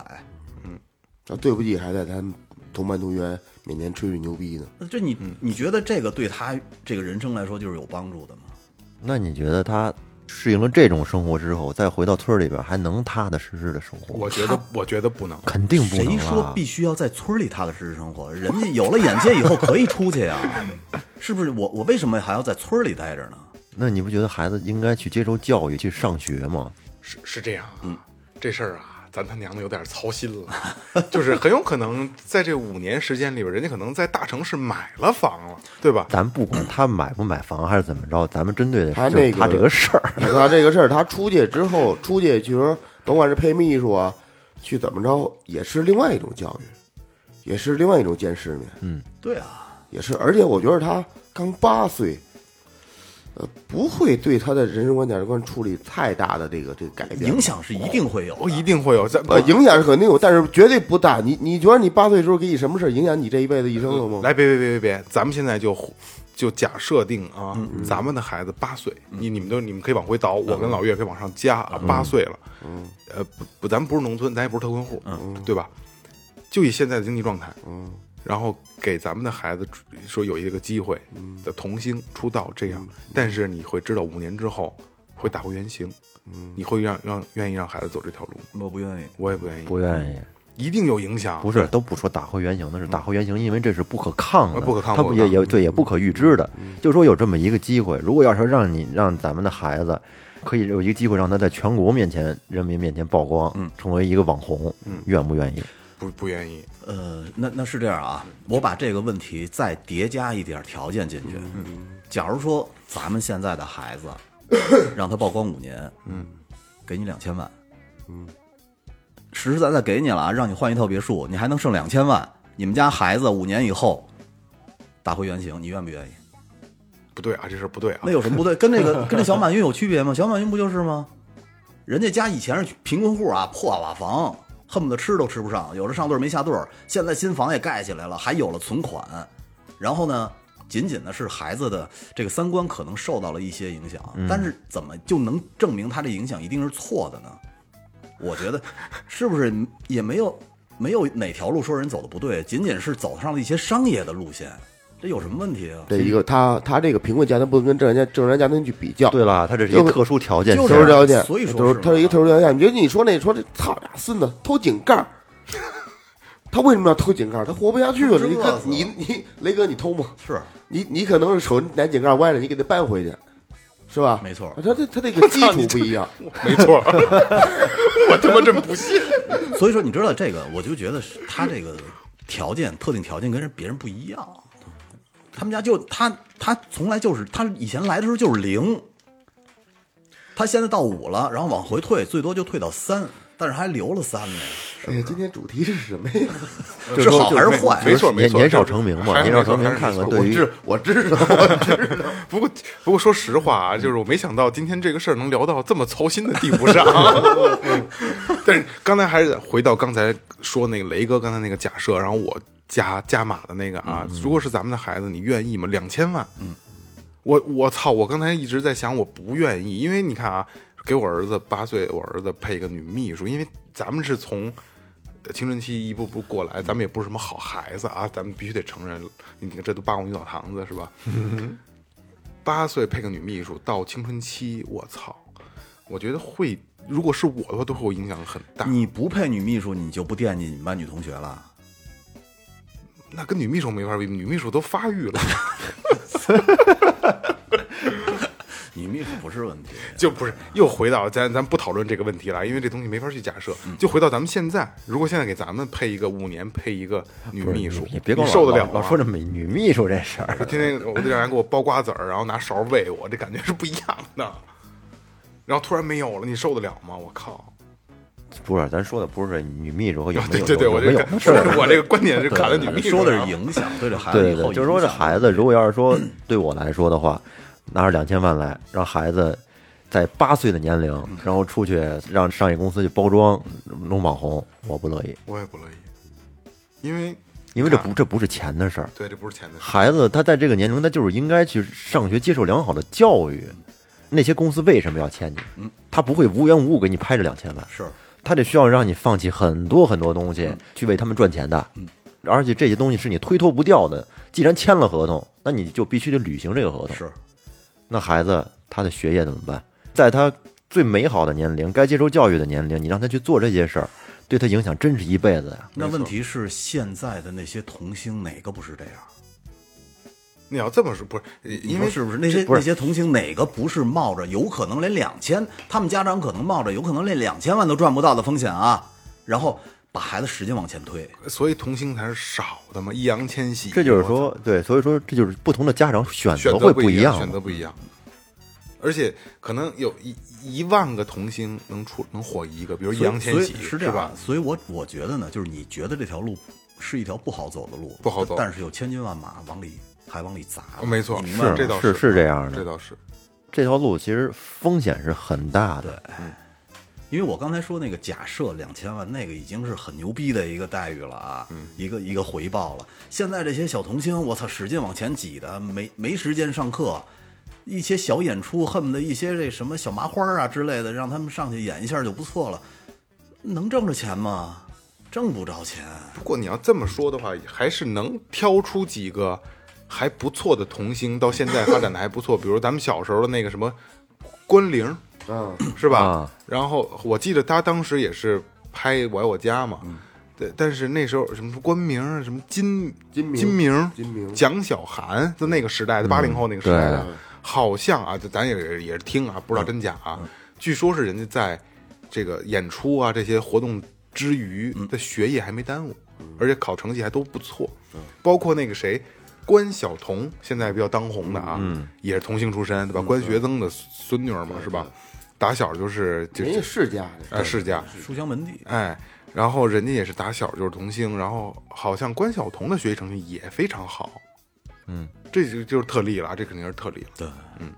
B: 那对不起还在他们同班同学面前吹吹牛逼呢。
C: 那这你你觉得这个对他这个人生来说就是有帮助的吗？
D: 那你觉得他适应了这种生活之后，再回到村儿里边，还能踏踏实实的生活？
A: 我觉得我觉得不能。
D: 肯定不能
C: 谁
D: 啊
C: 说必须要在村里踏踏实实生活？人家有了眼界以后可以出去呀、是不是我？我为什么还要在村里待着呢？
D: 那你不觉得孩子应该去接受教育、去上学吗？
A: 是是这样啊，这事儿啊，咱他娘的有点操心了，就是很有可能在这五年时间里边，人家可能在大城市买了房了，对吧？
D: 咱不管他买不买房还是怎么着，咱们针对的
B: 他
D: 是
B: 那个
D: 他这个事儿。
B: 他这个事儿，他出去之后，出去其实甭管是配秘书啊，去怎么着，也是另外一种教育，也是另外一种见世面，
C: 对啊，
B: 也是。而且我觉得他刚八岁，呃，不会对他的人生观、价值观处理太大的这个这个改变
C: 影。响是一定会有
A: 我
C: 的。
A: 哦一定会有，在
B: 呃，影响是肯定有，但是绝对不大。你你觉得你八岁时候给你什么事儿影响你这一辈子一生了吗？
A: 来，别别别别别，咱们现在就就假设定啊，咱们的孩子八岁，你你们都你们可以往回倒，我跟老岳可以往上加啊，八岁了，嗯，呃，不不，咱们不是农村，咱也不是特困户，嗯，对吧？就以现在的经济状态，嗯，然后给咱们的孩子说有一个机会的童星出道这样，但是你会知道五年之后会打回原形，嗯，你会让让愿意让孩子走这条路吗？
C: 我不愿意，
A: 我也不愿意，
D: 不愿意，
A: 一定有影响，
D: 不是都不说打回原形的是打回原形，因为这是不可抗的，嗯
A: 不可抗
D: 呃它不
A: 不可
D: 也
A: 抗
D: 也对，也不可预知的。就说有这么一个机会，如果要是让你让咱们的孩子可以有一个机会让他在全国面前、人民面前曝光，嗯，成为一个网红，嗯，愿不愿意？
A: 不不愿意，
C: 呃，那那是这样啊，我把这个问题再叠加一点条件进去。嗯假如说咱们现在的孩 子让他曝光五年，嗯，给你两千万，嗯，实实在在给你了啊，让你换一套别墅，你还能剩两千万。你们家孩子五年以后打回原形，你愿不愿意？
A: 不对啊，这事儿不对啊
C: 那，有什么不对？跟那个跟那小满运有区别吗？小满运不就是吗？人家家以前是贫困户啊，破瓦房，恨不得吃都吃不上，有的上顿没下顿儿。现在新房也盖起来了，还有了存款，然后呢，仅仅的是孩子的这个三观可能受到了一些影响，但是怎么就能证明他这影响一定是错的呢？我觉得是不是也没有没有哪条路说人走的不对，仅仅是走上了一些商业的路线，这有什么问题啊？
B: 这一个他他这个贫困家庭不能跟正常家正常家庭去比较，
D: 对了，他这是一个特殊条件
C: 就
D: 下，
C: 是
B: 特殊条件，
C: 所以说
B: 就是
C: 是
B: 他是一个特殊条件。你觉得你说那说这操呀孙子偷井盖儿， 他为什么要偷井盖儿？他活不下去了。
C: 真
B: 你
C: 饿
B: 看
C: 死了
B: 你你雷哥你偷吗？
C: 是
B: 你你可能是手拿井盖歪了，你给他扳回去，是吧？
C: 没错
B: 他这他这个基础不一样，
A: 没错，我他妈真不信。
C: 所以说，你知道这个，我就觉得是他这个条件、特定条件跟人别人不一样。他们家就他他从来就是他以前来的时候就是零，他现在到五了，然后往回退，最多就退到三，但是还留了三呢。
B: 哎呀，今天主题是什么 呀？
C: 是
A: 说
C: 好还是
A: 没
C: 坏
A: 没错，
D: 就是
A: 没错，
D: 年少成名嘛
A: 还是
D: 年少成名
A: 没错
D: 看看
A: 还是没错
D: 对于
A: 我知
B: 我知道，我知道。
A: 不过不过说实话啊，就是我没想到今天这个事儿能聊到这么操心的地步上。啊 但是刚才还是回到刚才说那个雷哥刚才那个假设，然后我加加码的那个啊，
D: 嗯
A: 如果是咱们的孩子，你愿意吗？两千万，嗯，我我操！我刚才一直在想，我不愿意，因为你看啊，给我儿子八岁，我儿子配个女秘书，因为咱们是从呃青春期一步步过
D: 嗯
A: 来，咱们也不是什么好孩子啊，咱们必须得承认，你看这都八五女澡堂子是吧？
D: 嗯
A: 八岁配个女秘书，到青春期，我操！我觉得会，如果是我的话，都会有影响很大。
D: 嗯
C: 你不配女秘书，你就不惦记你们班女同学了。
A: 那跟女秘书没法比，女秘书都发育了，
C: 女秘书不是问题，
A: 就不是又回到咱咱不讨论这个问题了，因为这东西没法去假设。
D: 嗯
A: 就回到咱们现在，如果现在给咱们配一个五年配一个女秘书，
D: 你别光
A: 你
D: 老
A: 受得了
D: 老
A: 吗？
D: 说这美女秘书这事儿，
A: 天天我就让人给我剥瓜子儿，然后拿勺喂我，这感觉是不一样的。然后突然没有了，你受得了吗？我靠！
D: 不是咱说的不是女秘书和有没
A: 对
D: 有
A: 对对，
D: 有
A: 我
D: 没
A: 这
D: 有
A: 个
D: 的事儿，
A: 我这个观点是看了女秘书
C: 说的
A: 啊
C: 是影响对这孩子
D: 对
C: 以
D: 对
C: 后
D: 对，就是说这孩子，如果要是说 对我来说的话，拿着两千万来，让孩子在八岁的年龄，然后出去让商业公司去包装弄网红，我不乐意，
A: 我也不乐意，因为
D: 因为这
A: 看
D: 不这不是钱的事儿。
A: 对，这不是钱的事。
D: 孩子他在这个年龄，他就是应该去上学，接受良好的教育。那些公司为什么要签
A: 嗯
D: 你？他不会无缘无故给你拍这两千万，
C: 是
D: 他得需要让你放弃很多很多东西
A: 嗯
D: 去为他们赚钱的，而且这些东西是你推脱不掉的。既然签了合同，那你就必须得履行这个合同。
C: 是
D: 那孩子他的学业怎么办？在他最美好的年龄，该接受教育的年龄，你让他去做这些事儿，对他影响真是一辈子呀。
C: 那问题是现在的那些童星哪个不是这样？
A: 你要这么说，不是
C: 你
A: 因
C: 说
A: 为
C: 是不是那些
D: 不是
C: 那些童星哪个不是冒着有可能连两千，他们家长可能冒着有可能连两千万都赚不到的风险啊？然后把孩子使劲往前推。
A: 所以童星才是少的嘛。易烊千玺，
D: 这就是
A: 我
D: 说，对，所以说这就是不同的家长选
A: 操选
D: 择
A: 择
D: 会
A: 不
D: 不
A: 一
D: 样
A: 选
D: 嘛。
A: 择不一样。而且可能有一一万个童星能出能火一个，比如易
C: 所以
A: 烊千玺
C: 所以是这
A: 是
C: 样
A: 吧？
C: 所以我我觉得呢，就是你觉得这条路是一条不好走的路，
A: 不好走
C: 但是有千军万马往里还往里砸，
A: 没错，
C: 你明白
A: 是
C: 吗
A: 这倒
D: 是是这样的
A: 这倒是。
D: 这条路其实风险是很大的，
C: 因为我刚才说那个假设两千万，那个已经是很牛逼的一个待遇了啊，
A: 嗯
C: 一个一个回报了。现在这些小童星，我操，使劲往前挤的，没没时间上课，一些小演出，恨不得一些这什么小麻花啊之类的，让他们上去演一下就不错了，能挣着钱吗？挣不着钱，
A: 不过你要这么说的话，还是能挑出几个还不错的童星，到现在发展的还不错，比如咱们小时候的那个什么关凌，
B: 嗯，
A: 是吧？
D: 啊
A: 然后我记得他当时也是拍《我爱我家》嘛，对，但是那时候什么关明啊，什么金
B: 金明
A: 金明、
B: 金明嗯
A: 蒋小涵，就那个时代的八零后那个时代的
D: 对，
A: 好像啊，咱也是也是听啊，不知道真假啊，
B: 嗯
A: 据说是人家在这个演出啊这些活动之余
B: 嗯
A: 的学业还没耽误，而且考成绩还都不错，
B: 嗯
A: 包括那个谁。关晓彤现在比较当红的啊，
B: 嗯
A: 也是童星出身，对吧？关学增的孙女儿嘛，是吧？打小就是就
B: 人家世家的，
A: 呃世家，
C: 书香门第。
A: 哎，然后人家也是打小就是童星，然后好像关晓彤的学习成绩也非常好，嗯，这就就是特例了，这肯定是特例了。
C: 对，嗯，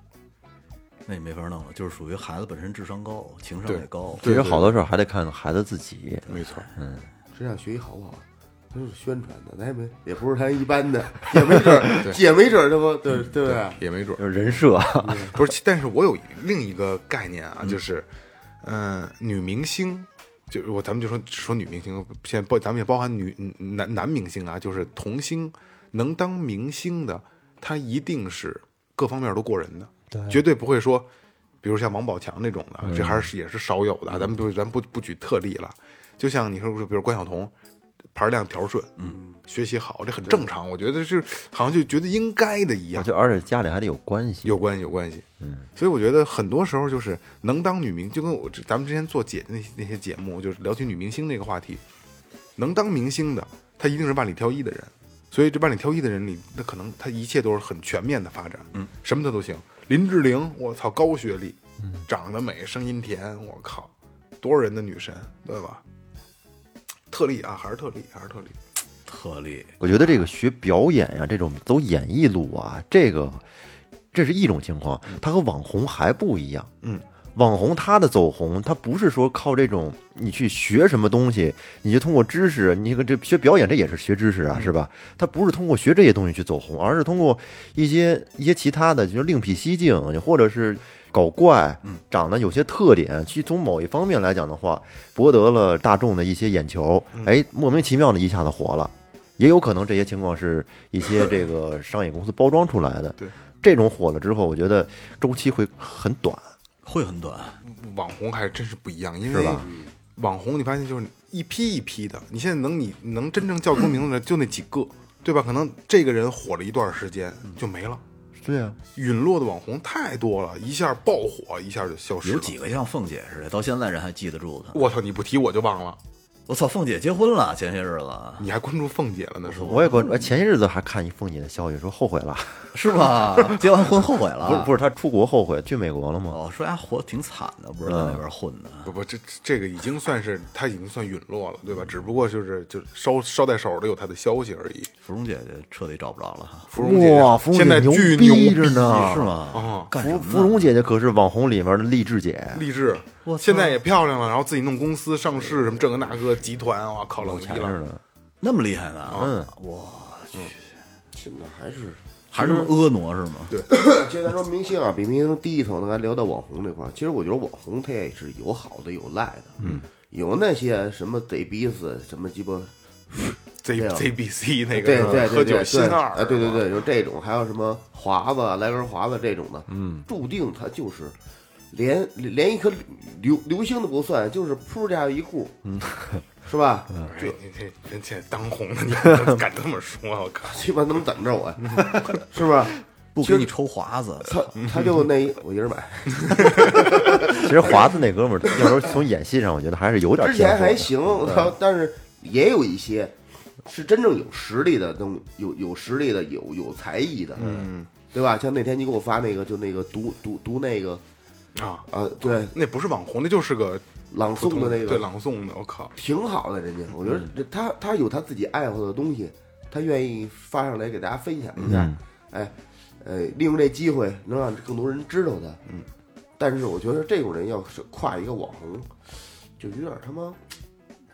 C: 那也没法弄了，就是属于孩子本身智商高，情商
A: 对
C: 也高，
D: 其实好多事儿还得看孩子自己。
A: 没错，
B: 这样学习好不啊好？都是宣传的，咱也没也不是咱一般的，也没准儿，也没准儿，这不对对不对？
A: 也没准儿
D: 就是人 设，啊
A: 不是，但是我有另一个概念啊，就是，嗯、女明星，就是我咱们就说说女明星，现在包咱们也包含女男男明星啊，就是童星能当明星的，他一定是各方面都过人的，绝对不嗯会说，比如像王宝强那种的，这还是也是少有的啊，咱们不咱不不举特例了，就像你说，比如关晓彤。牌亮条顺，嗯，学习好，这很正常。我觉得是好像就觉得应该的一样，
D: 就而且家里还得有关系。
A: 有关系，有关系。嗯，所以我觉得很多时候就是能当女明，就跟我咱们之前做姐那些那些节目，就是聊起女明星这个话题，能当明星的，她一定是万里挑一的人。所以这万里挑一的人里，那可能她一切都是很全面的发展，嗯，什么她都行。林志玲，我操，高学历，长得美，声音甜，我靠，多少人的女神，对吧？特例啊，还是特例，还是特例。
C: 特例。
D: 我觉得这个学表演呀、这种走演艺路啊，这个这是一种情况，它和网红还不一样。
A: 嗯，
D: 网红他的走红，他不是说靠这种你去学什么东西，你就通过知识，你这学表演这也是学知识啊，是吧？他不是通过学这些东西去走红，而是通过一些一些其他的，就是另辟蹊径，或者是搞怪，长得有些特点，去从某一方面来讲的话，博得了大众的一些眼球，哎，莫名其妙的一下子火了。也有可能这些情况是一些这个商业公司包装出来的。
A: 对，
D: 这种火了之后，我觉得周期会很短。
C: 会很短，
A: 网红还真是不一样，因
D: 是
A: 为
D: 吧
A: 网红你发现就是一批一批的，你现在能你能真正叫出名字的就那几个，对吧？可能这个人火了一段时间就没了，
D: 对啊，
A: 陨落的网红太多了，一下爆火，一下就消失
C: 有
A: 了。
C: 几个像凤姐似的，到现在人还记得住她。
A: 我操，你不提我就忘了，
C: 我操，凤姐结婚了，前些日子
A: 你还关注凤姐了呢，是吧？
D: 我也关注。哎前些日子还看一凤姐的消息，说后悔了，
C: 是 吧？结完婚后悔了，
D: 不是不是
C: 是。
D: 她出国后悔，去美国了吗？
C: 哦，说丫活挺惨的，不是在那边混的。
A: 不不，这这个已经算是他已经算陨落了，对吧？只不过就是就捎捎带手的有他的消息而已。
C: 芙蓉姐姐彻底找不着了哈，
A: 芙蓉姐
D: 哇，芙蓉姐
A: 现在
D: 牛
A: 巨
D: 逼着
A: 逼
D: 呢，
C: 是？哦吗？
A: 啊
C: 干什
D: 芙
C: 么呢
D: 芙蓉姐姐可是网红里面的励志姐，
A: 励志
C: 我，操
A: 现在也漂亮了，然后自己弄公司上市，什么这个那个集团，我靠，老
D: 有
A: 逼
D: 钱
A: 了
D: 似。的。
C: 那么厉害呢？
D: 嗯，
C: 哇，
B: 现在还 是
C: 还是婀娜是吗？
B: 现在说明星啊，比明星低一层的，咱聊到网红这块儿，其实我觉得网红他也是有好的，有赖的，嗯，有那些什么贼逼死，什么鸡巴，
A: Z
B: 对啊
A: ZBC 那
B: 对
A: 个是
B: 对
A: 吧
B: 对，
A: 喝酒
B: 对
A: 心二，
B: 哎，对对对，就这种，还有什么华子、啊来根华子这种的，嗯，注定他就是连连一颗流流星都不算，就是扑家一顾，嗯， 是吧？
A: 哎，你这人现在当红的，你敢这么说？我靠！
B: 鸡巴能怎么着我？是不是？
C: 不给你抽华子，
B: 他他就那一我一人买，
D: 其实华子那哥们儿，要说从演戏上，我觉得还是有点
B: 之
D: 天
B: 前
D: 赋
B: 还
D: 的。
B: 行，
A: 嗯
B: 他但是也有一些是真正有实力的东，有有实力的，有有才艺的，嗯，对吧？像那天你给我发那个，就那个读读读那个
A: 啊，
B: 啊，对，
A: 那不是网红，那就是个
B: 朗
A: 普
B: 诵
A: 通
B: 的那个，
A: 对朗诵的，我靠，
B: 挺好的，人家我觉得这他他有他自己爱好的东西，他愿意发上来给大家分享一下，哎，呃，利用这机会能让更多人知道他，嗯。但是我觉得这种人要是跨一个网红，就有点他妈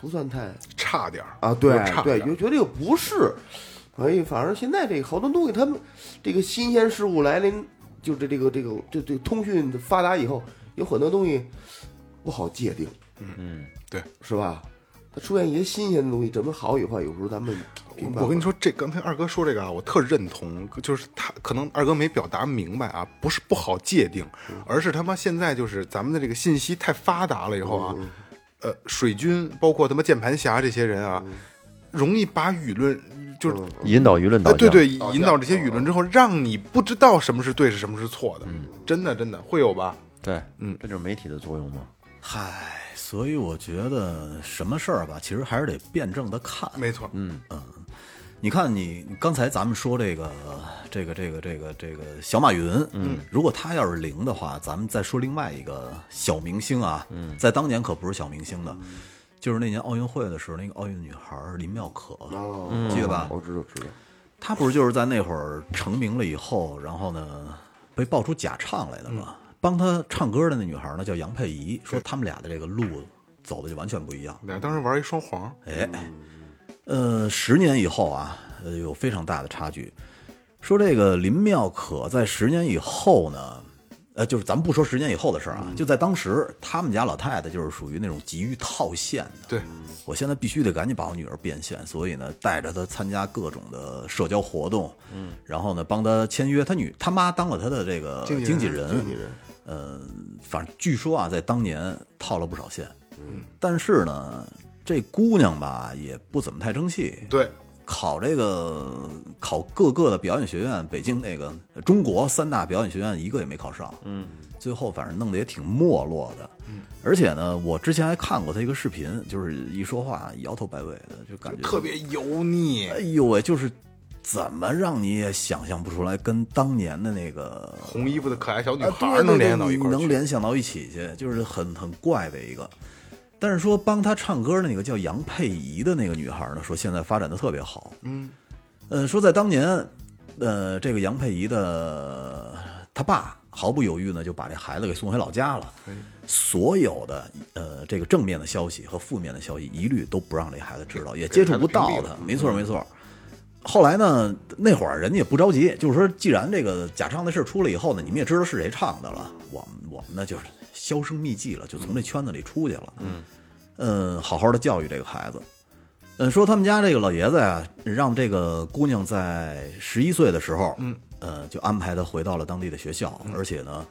B: 不算太
A: 差点儿
B: 啊，对
A: 就差
B: 对，
A: 点
B: 就
A: 儿
B: 觉得又不是，所以反正现在这个好多东西，他们这个新鲜事物来临，就这这个这个这这通讯发达以后，有很多东西不好界定，
A: 嗯对。
B: 是吧？它出现一些新鲜的东西，怎么好与坏，有时候咱们没办法
A: 我跟你说，这刚才二哥说这个啊，我特认同，就是他可能二哥没表达明白啊，不是不好界定，
C: 嗯
A: 而是他妈现在就是咱们的这个信息太发达了以后
C: 嗯
A: 啊，呃，水军包括他妈键盘侠这些人啊，
C: 嗯
A: 容易把舆论就是
D: 引导舆论导向，
A: 哎，对对，引导这些舆论之后，
C: 嗯
A: 让你不知道什么是对，是什么是错的，真的真的会有吧？
D: 对，嗯，这就是媒体的作用嘛。
C: 嗨，所以我觉得什么事儿吧，其实还是得辩证的看。
A: 没错，嗯，
C: 你看你，你刚才咱们说这个这个这个这个这个小马云，嗯，如果他要是零的话，咱们再说另外一个小明星啊，嗯，在当年可不是小明星的，就是那年奥运会的时候，那个奥运女孩儿林妙可，
B: 哦，
C: 记得吧？
B: 我知道知道，
C: 他不是就是在那会儿成名了以后，然后呢被爆出假唱来的嘛？帮他唱歌的那女孩呢叫杨佩仪，说他们俩的这个路走的就完全不一样。
A: 俩当时玩一双簧，
C: 哎，呃，十年以后啊，呃，有非常大的差距。说这个林妙可在十年以后呢，呃，就是咱们不说十年以后的事儿啊，就在当时，他们家老太太就是属于那种急于套现的，
A: 对，
C: 我现在必须得赶紧把我女儿变现，所以呢，带着她参加各种的社交活动，嗯，然后呢，帮她签约，她女她妈当了她的这个
A: 经纪人
C: 经纪人，经纪人，呃，反正据说啊，在当年套了不少现，嗯，但是呢，这姑娘吧也不怎么太争气，
A: 对，
C: 考这个考各个的表演学院，北京那个中国三大表演学院一个也没考上，嗯，最后反正弄得也挺没落的，嗯，而且呢，我之前还看过他一个视频，就是一说话摇头摆尾的，就感觉
A: 特别油腻
C: 哎，呦喂，就是怎么让你也想象不出来跟当年的那个
A: 红衣服的可爱小女
C: 啊
A: 孩
C: 对
A: 儿
C: 对
A: 能
C: 对
A: 联想到一块儿
C: 能
A: 去，
C: 联想到一起去，就是很很怪的一个。但是说帮他唱歌的那个叫杨佩仪的那个女孩呢，说现在发展的特别好，嗯，呃，说在当年，呃，这个杨佩仪的他爸毫不犹豫呢就把这孩子给送回老家了，所有的呃这个正面的消息和负面的消息一律都不让这孩子知道，也接触不到
A: 屏蔽
C: 他
A: 了，
C: 没错没错。后来呢，那会儿人家也不着急，就是说，既然这个假唱的事儿出来以后呢，你们也知道是谁唱的了，我们我们呢就是销声匿迹了，就从这圈子里出去了。嗯，嗯，好好的教育这个孩子。嗯，说他们家这个老爷子呀、让这个姑娘在十一岁的时候，嗯，呃，就安排她回到了当地的学校，而且呢，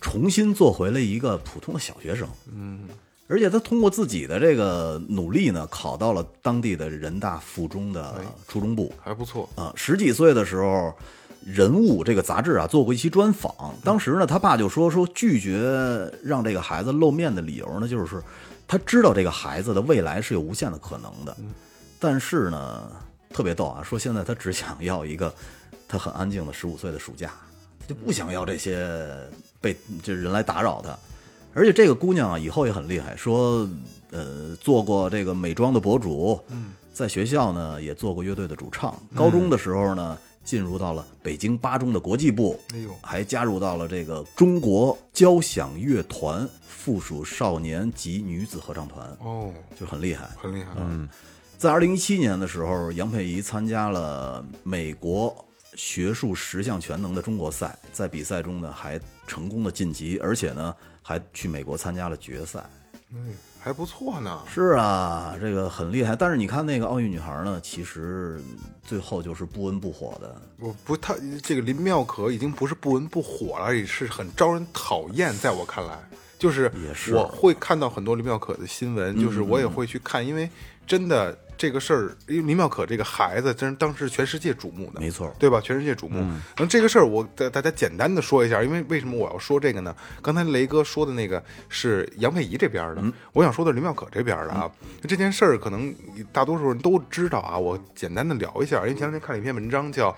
C: 重新做回了一个普通的小学生。嗯，而且她通过自己的这个努力呢，考到了当地的人大附中的初中部。
A: 还不错，
C: 啊，十几岁的时候，《人物》这个杂志啊做过一期专访。当时呢，他爸就说说拒绝让这个孩子露面的理由呢，就是他知道这个孩子的未来是有无限的可能的，但是呢，特别逗啊，说现在他只想要一个他很安静的十五岁的暑假，他就不想要这些被这人来打扰他。而且这个姑娘啊，以后也很厉害，说呃做过这个美妆的博主，嗯，在学校呢也做过乐队的主唱，高中的时候呢进入到了北京八中的国际部，
A: 哎呦
C: 还加入到了这个中国交响乐团附属少年及女子合唱团，
A: 哦，
C: 就很厉害。
A: 很厉害，嗯，
C: 在二零一七年的时候，杨佩仪参加了美国学术十项全能的中国赛，在比赛中呢还成功的晋级，而且呢还去美国参加了决赛。
A: 还不错呢，
C: 是啊，这个很厉害。但是你看那个奥运女孩呢，其实最后就是不温不火的，
A: 我不，他这个林妙可已经不是不温不火了，也是很招人讨厌。在我看来，就是
C: 也是嗯
A: 我会看到很多林妙可的新闻，就是我也会去看，因为真的这个事儿，因为林妙可这个孩子，真是当时全世界瞩目的，
C: 没错嗯
A: 对吧？全世界瞩目。那、这个事儿，我大大家简单的说一下，因为为什么我要说这个呢？刚才雷哥说的那个是杨佩仪这边
C: 嗯
A: 的，我想说的是林妙可这边的啊。这件事儿可能大多数人都知道啊，我简单的聊一下，因为前两天看了一篇文章叫。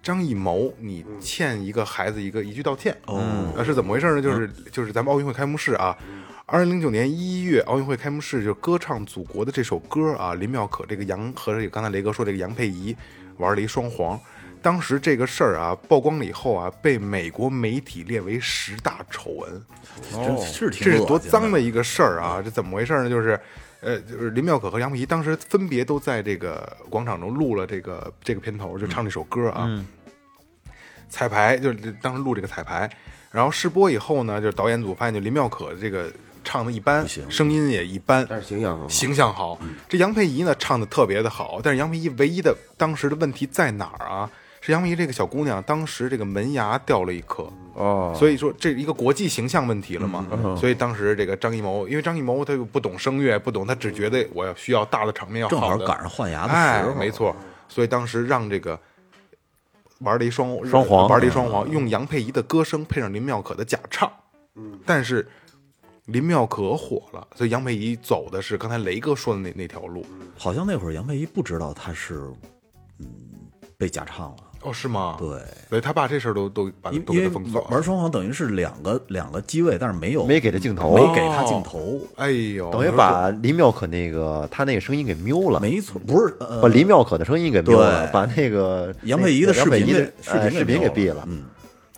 A: 张艺谋，你欠一个孩子一个一句道歉。哦，是怎么回事呢？就是就是咱们奥运会开幕式啊，二零零九年一月奥运会开幕式就歌唱祖国的这首歌啊，林妙可这个杨和这个刚才雷哥说这个杨佩仪玩了一双簧。当时这个事儿啊曝光了以后啊，被美国媒体列为十大丑闻。
C: 真是挺
A: 哦这是
C: 恶
A: 多
C: 心
A: 脏的一个事儿啊！这怎么回事呢？就是，呃，就是林妙可和杨佩仪当时分别都在这个广场中录了这个这个片头，就唱这首歌啊。
C: 嗯
A: 彩排就是当时录这个彩排，然后试播以后呢，就是导演组发现，就林妙可这个唱的一般，声音也一般，
B: 但是形象
C: 嗯
B: 很好
A: 形象好。这杨佩仪呢唱的特别的好，但是杨佩仪唯一的当时的问题在哪儿啊？是杨佩仪这个小姑娘当时这个门牙掉了一颗哦，所以说这一个国际形象问题了嘛。
C: 嗯
A: 所以当时这个张艺谋，因为张艺谋他又不懂声乐，不懂，他只觉得我要需要大的场面，要
C: 正好
A: 的
C: 赶上换牙的
A: 哎
C: 时，候，
A: 没错。所以当时让这个玩了一双
D: 双簧
A: 玩了一双簧，用杨佩仪的歌声配上林妙可的假唱，嗯，但是林妙可火了，所以杨佩仪走的是刚才雷哥说的那那条路。
C: 好像那会儿杨佩仪不知道她是嗯被假唱了，
A: 哦，是吗？，
C: 对，
A: 所以他爸这事儿都都把
C: 因
A: 都
C: 因
A: 给
C: 为
A: 他封锁
C: 玩
A: 了。
C: 玩双簧等于是两个两个机位，但是没有
D: 没给他镜头，
C: 嗯没给他镜头，
A: 哎呦，
D: 等于把林妙可那个他那个声音给瞄了，
C: 没错，不是呃
D: 把林妙可的声音给瞄了，
C: 对
D: 把那个
C: 杨佩仪的
D: 那杨佩仪的
C: 视频给
D: 哎
C: 视频给
D: 视频给
C: 瞄了
D: 毙了。嗯，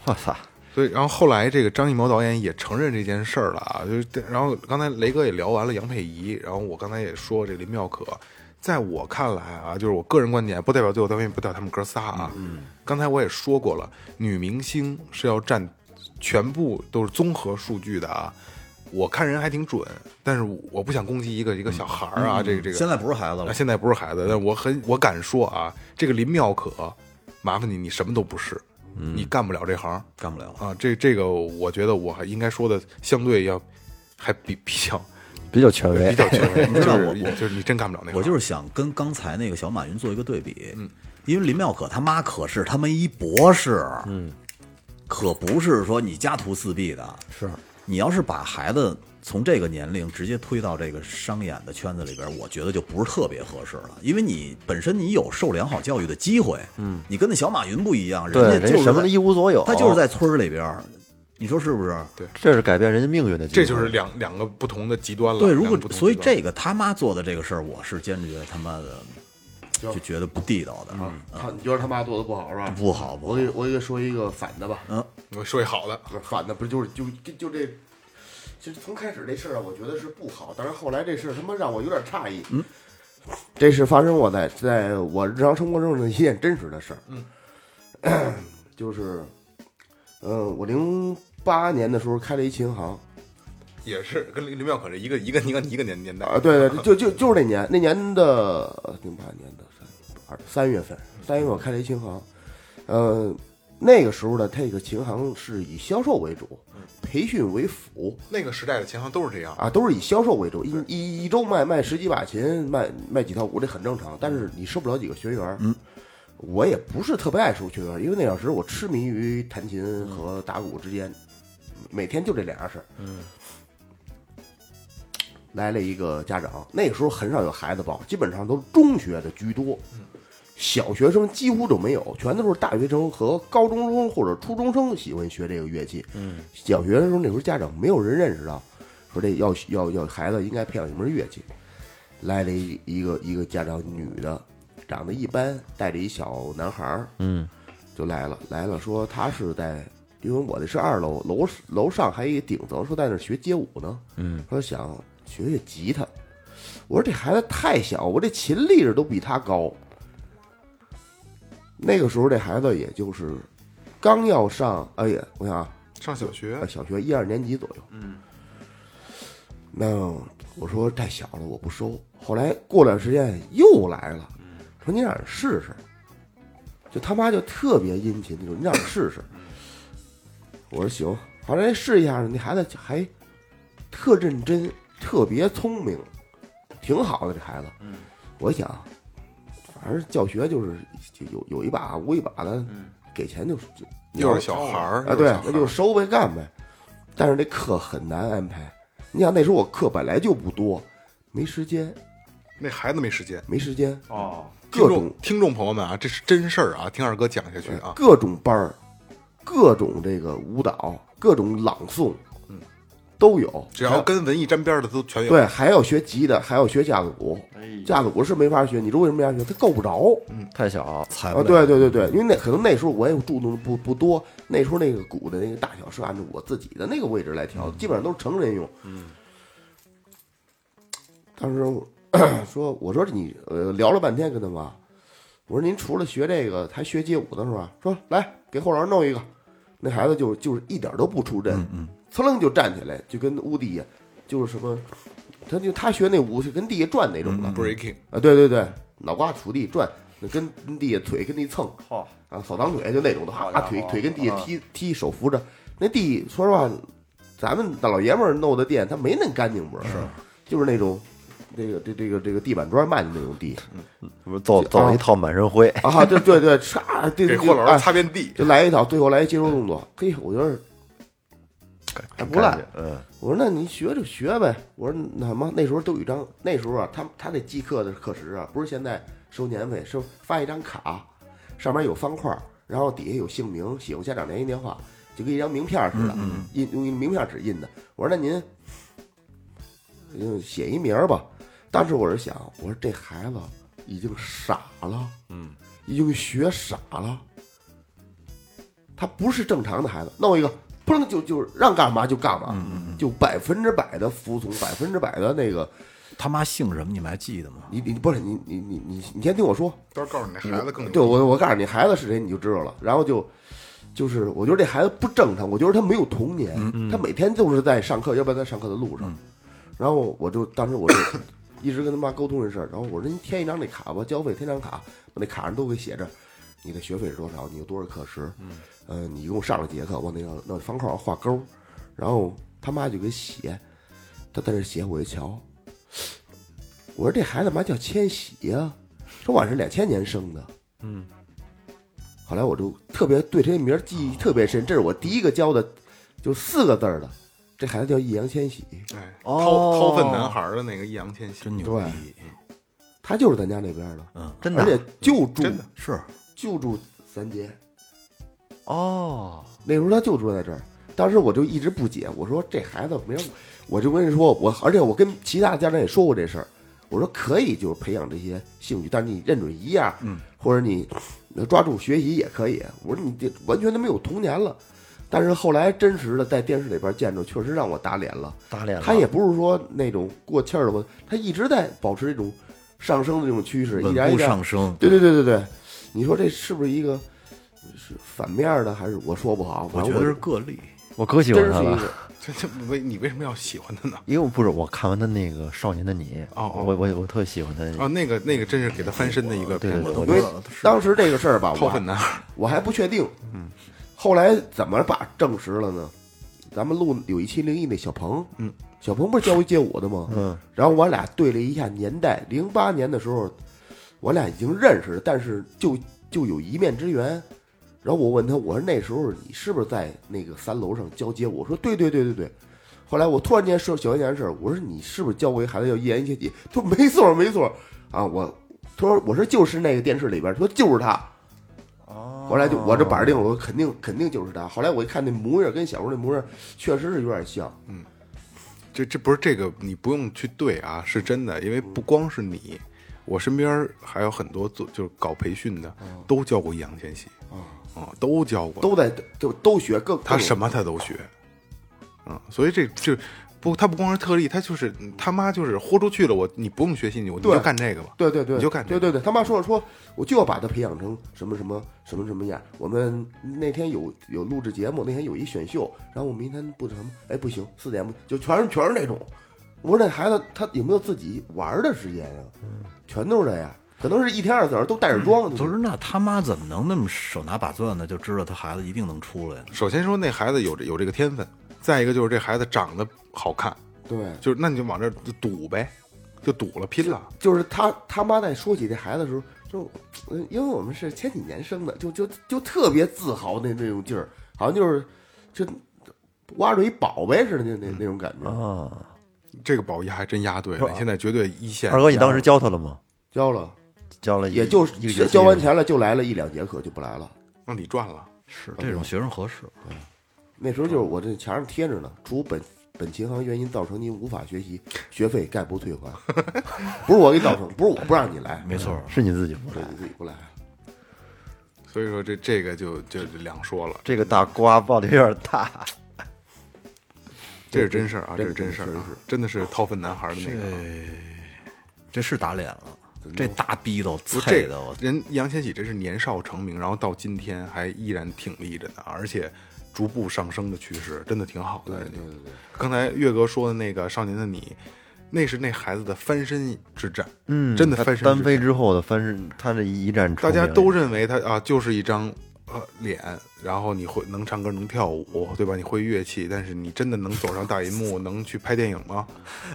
D: 我操，
A: 所以，然后后来这个张艺谋导演也承认这件事儿了啊，就是这然后刚才雷哥也聊完了杨佩仪，然后我刚才也说这林妙可，在我看来啊，就是我个人观点，不代表最后单位，不代表他们哥仨啊。嗯，刚才我也说过了，女明星是要占全部都是综合数据的啊。我看人还挺准，但是我不想攻击一个一个小孩儿啊，这个这个
C: 呃嗯现在不是孩子
A: 啊，
C: 了，
A: 现在不是孩子，但我很我敢说啊，这个林妙可，麻烦你，你什么都不是，你干不了这行。
C: 干不了了。
A: 啊，这这个我觉得我还应该说的相对要还比比较
D: 比较权威
A: 比，较权威，
C: 知道我
A: 就是就是你真干不了那个，
C: 我就是想跟刚才那个小马云做一个对比，嗯，因为林妙可他妈可是他们一博士，嗯，可不是说你家徒四壁的，是你要是把孩子从这个年龄直接推到这个商演的圈子里边，我觉得就不是特别合适了，因为你本身你有受良好教育的机会，嗯，你跟那小马云不一样，
D: 对，
C: 家
D: 人
C: 就
D: 家
C: 是
D: 什么
C: 在
D: 都一无所有，
C: 他就是在村儿里边儿，你说是不是？
D: 这是改变人家命运的机会，
A: 这就是两两个不同的极端了。
C: 对，如
A: 两个
C: 果
A: 不同
C: 所以
A: 极端
C: 这个他妈做的这个事儿，我是坚决他妈的就觉得不地道的。
A: 嗯
B: 他啊你觉得他妈做的不好是吧？
C: 不好不好
B: 我给我给说一个反的吧，
A: 我说一好的，
B: 反的不是就是就就就这，其实从开始这事儿啊，我觉得是不好，但是后来这事儿他妈让我有点诧异。嗯，这是发生我在在我日常生活中的一件真实的事儿。嗯， 就是，嗯、我零八年的时候开了一琴行
A: 也是跟林林妙可是一个一个一个一个年年代
B: 啊，对对，就就就是那年那年的零八年的二三月份，三月份我开了一琴行，呃，那个时候的这个琴行是以销售为主，培训为辅。
A: 那个时代的琴行都是这样。
B: 啊，都是以销售为主，一一一周卖卖十几把琴，卖卖几套鼓，这很正常。但是你收不了几个学员，嗯，我也不是特别爱收学员，因为那小时候我痴迷于弹琴和打鼓之间，每天就这俩事儿。嗯，来了一个家长，那个时候很少有孩子报，基本上都是中学的居多，小学生几乎就没有，全都是大学生和高中生或者初中生喜欢学这个乐器。嗯，小学的时候那时候家长没有人认识到，说这要要要孩子应该培养什么乐器。来了一一个一个家长，女的，长得一般，带着一小男孩儿，嗯，就来了来了，说他是在，因为我这是二楼，楼楼上还有一个顶层，说在那儿学街舞呢，嗯，说想学学吉他。我说这孩子太小，我这琴力儿都比他高，那个时候这孩子也就是刚要上，哎呀，我想啊，
A: 上小学
B: 呃小学一二年级左右。嗯，那我说太小了，我不收。后来过段时间又来了，
A: 嗯
B: 说你让人试试。就他妈就特别殷勤那种，你让人试试。
A: 嗯
B: 我说行，后来试一下呢，那孩子还
A: 嗯
B: 特认真，特别聪明，挺好的这孩子。我想，反正教学就是就有有一把无一把的，给钱就是就
A: 嗯又是小孩儿
B: 啊，对，那
A: 那
B: 就收呗干呗。但是这课很难安排，你想那时候我课本来就不多，没时间，
A: 那孩子没时间。
B: 没时间，
E: 哦，
B: 各
A: 听
B: 种
A: 众听众朋友们啊，这是真事儿啊，听二哥讲下去啊。
B: 各种班儿，各种这个舞蹈，各种朗诵，都有。
A: 嗯只要跟文艺沾边的都全有。哎
B: 对，还要学吉的，还要学架子鼓。架子鼓是没法学，你知道为什么没法学？它够不着
D: 太小，
C: 才
B: 啊！对对对对，因为那可能那时候我也注重的不不多，那时候那个鼓的那个大小是按照我自己的那个位置来调的，基本上都是成人用。嗯，当时我 说我说你呃聊了半天跟他妈，我说您除了学这个还学街舞的是吧？说来给后边弄一个，那孩子就就是一点都不出阵，嗯，噌楞就站起来，就跟屋底下就是什么，他就他学那舞是跟地下转那种的，
A: Breaking
B: 啊，对对对，脑瓜杵地转，那跟跟地下腿跟地蹭
E: 好，
B: 啊，扫堂腿就那种的，
E: 好
B: 哈
E: 家伙
B: 腿腿跟地下踢踢，手扶着。那地说实话，咱们大老爷们儿弄的地，它没那干净不是，就是那种这个这这个这个地板砖儿漫的那种地
D: 不是
A: 啊
D: 走走一套满身 灰，
B: 啊，对对对，嚓，对
A: 给
B: 对
A: 霍
B: 对，
A: 老
B: 哎
A: 师擦遍地，
B: 就来一套，最后来一接收动作，嘿，我觉得还不赖
D: 感觉，嗯，
B: 我说那你学就学呗。我说那什么，那时候都有一张，那时候啊，他他那记课的课时啊，不是现在收年费，收发一张卡，上面有方块，然后底下有姓名、喜欢家长联系电话，就跟一张名片似的，印用一名片纸印的。我说那您，嗯，写一名儿吧。当时我是想，我说这孩子已经傻了，嗯，已经学傻了，他不是正常的孩子，弄一个，不能就就让干嘛就干嘛，就百分之百的服从，百分之百的那个，
C: 他妈姓什么？你们还记得吗？
B: 你你不是你你你你你先听我说，
A: 到时候告诉你那孩子更
B: 对我我告诉你，孩子是谁你就知道了。然后就就是，我觉得这孩子不正常，我觉得他没有童年，
A: 嗯
B: 他每天就是在上课，要不然在上课的路上。然后我就当时我就一直跟他妈沟通这事儿，然后我说您填一张那卡吧，交费填张卡，把那卡上都给写着，你的学费是多少，你有多少课时，嗯，呃，你一共上了几节课，往那个那方块上画勾，然后他妈就给写，他在这写，我一瞧，我说这孩子嘛叫啊千玺呀、说我是两千年生的，后来我就特别对这名儿记忆特别深，这是我第一个教的，就四个字儿的。这孩子叫易烊千玺，
A: 哎，掏掏
C: 哦
A: 粪男孩儿的那个易烊千玺，
C: 真牛
B: 对
C: 逼，
B: 他就是咱家那边的，
D: 真
C: 啊
B: 而
D: 的
B: 且就
A: 啊
B: 住
A: 真的
C: 是
B: 就住三街，
D: 哦，
B: 那时候他就住在这儿。当时我就一直不解，我说这孩子没有，我就跟人说，我而且我跟其他的家长也说过这事儿，我说可以就是培养这些兴趣，但是你认准一样，嗯，或者你呃抓住学习也可以。我说你这完全都没有童年了。但是后来真实的在电视里边见着，确实让我打脸了。
D: 打脸了，
B: 他也不是说那种过气儿的，他一直在保持这种上升的这种趋势，一啊
C: 稳
B: 点一
C: 步
B: 点。
C: 上升。
B: 对对对对对，你说这是不是一个是反面的，还是我说不好？
C: 我
B: 反
C: 觉
B: 正
C: 得是个例，
D: 我可喜
B: 真
D: 欢
B: 是
D: 他
B: 一
D: 了。
B: 个，
A: 这这为你为什么要喜欢他呢？
D: 因为我不是我看完他那个《少年的你》，
A: 哦哦
D: 我我我特喜欢他，
A: 啊，那个那个真是给他翻身的一个
D: 对
A: 片
D: 对
A: 子
D: 对，，我
B: 因
D: 觉
B: 为
D: 得
B: 当时这个事儿吧，我
A: 掏粪
B: 还
A: 男孩儿，
B: 我还不确定，嗯，后来怎么把证实了呢？咱们录有一期灵异那小鹏，嗯，小鹏不是教一街舞的吗？
D: 嗯，
B: 然后我俩对了一下年代，零八年的时候，我俩已经认识了，但是就就有一面之缘。然后我问他，我说那时候你是不是在那个三楼上教街舞？我说对对对对对。后来我突然间说想起一件事儿，我说你是不是教过一孩子叫易烊千玺？他说没错儿没错儿啊，我他说我说就是那个电视里边儿，他说就是他。后来就
A: 哦
B: 我这板儿定了，我肯定肯定就是他。后来我一看那模样跟小时候那模样确实是有点像，
A: 这这不是这个，你不用去对啊，是真的，因为不光是你，我身边儿还有很多做就是搞培训的，都教过易烊千玺啊，都教过，
B: 都在就都学各
A: 他什
B: 么
A: 么他都学，啊，所以这就不他不光是特例，他就是他妈就是豁出去了，我你不用学习你，我你
B: 对
A: 就干这个吧，
B: 对对对，
A: 你就干这个
B: 对对对，他妈说了说，我就要把他培养成什么什么什么什么样。我们那天有有录制节目，那天有一选秀，然后我明天不什么，哎不行，四点不就全是全是那种。我说那孩子他有没有自己玩的时间呀、
A: 嗯
B: 全都是这样，可能是一天二十四小时都带着妆。
C: 不是那他妈怎么能那么手拿把攥的就知道他孩子一定能出来呢？
A: 首先说那孩子有这有这个天分，再一个就是这孩子长得好看，
B: 对，
A: 就是那你就往这儿赌呗，就赌了拼了。
B: 就是他他妈在说起这孩子的时候，就嗯因为我们是前几年生的，就就就特别自豪那那种劲儿，好像就是就挖着一宝贝似的那那那种感觉。
D: 嗯啊，
A: 这个宝压还真压对
D: 是吧
A: 了，现在绝对一线。
D: 二哥，你当时教他了吗？
B: 交了，
D: 教了一
B: 也就
D: 一个学
B: 是
D: 期
B: 交完
D: 吗
B: 钱了，就来了一两节课就不来了。
A: 让你赚了，
C: 是这种学生合适，
B: 那时候
D: 啊
B: 就是我这墙上贴着呢，除本本琴行原因造成您无法学习，学费概不退 还。不是我给你造成，不是我不让你来，
C: 没错，
D: 是你自己不
B: 对
D: 来。
B: 你自己不来。
A: 所以说这这个就就两说了，
D: 这个大瓜爆的有点大，
A: 这是真事儿啊，
B: 这
A: 这是真
B: 个
A: 事儿
B: 确实
A: 啊，真的是掏粪男孩的那个啊。
C: 这是打脸了，这大逼斗
A: 不，
C: 菜
A: 这
C: 的我，
A: 人易烊千玺这是年少成名，然后到今天还依然挺立着呢，而且逐步上升的趋势，真的挺好的。人家刚才岳哥说的那个《少年的你》，那是那孩子的翻身之战，嗯真的
D: 他
A: 翻身之
D: 单
A: 战
D: 飞之后的翻身，他这一战成
A: 大家
D: 名
A: 都认为他啊，就是一张呃脸，然后你会能唱歌能跳舞，对吧？你会乐器，但是你真的能走上大银幕，能去拍电影吗？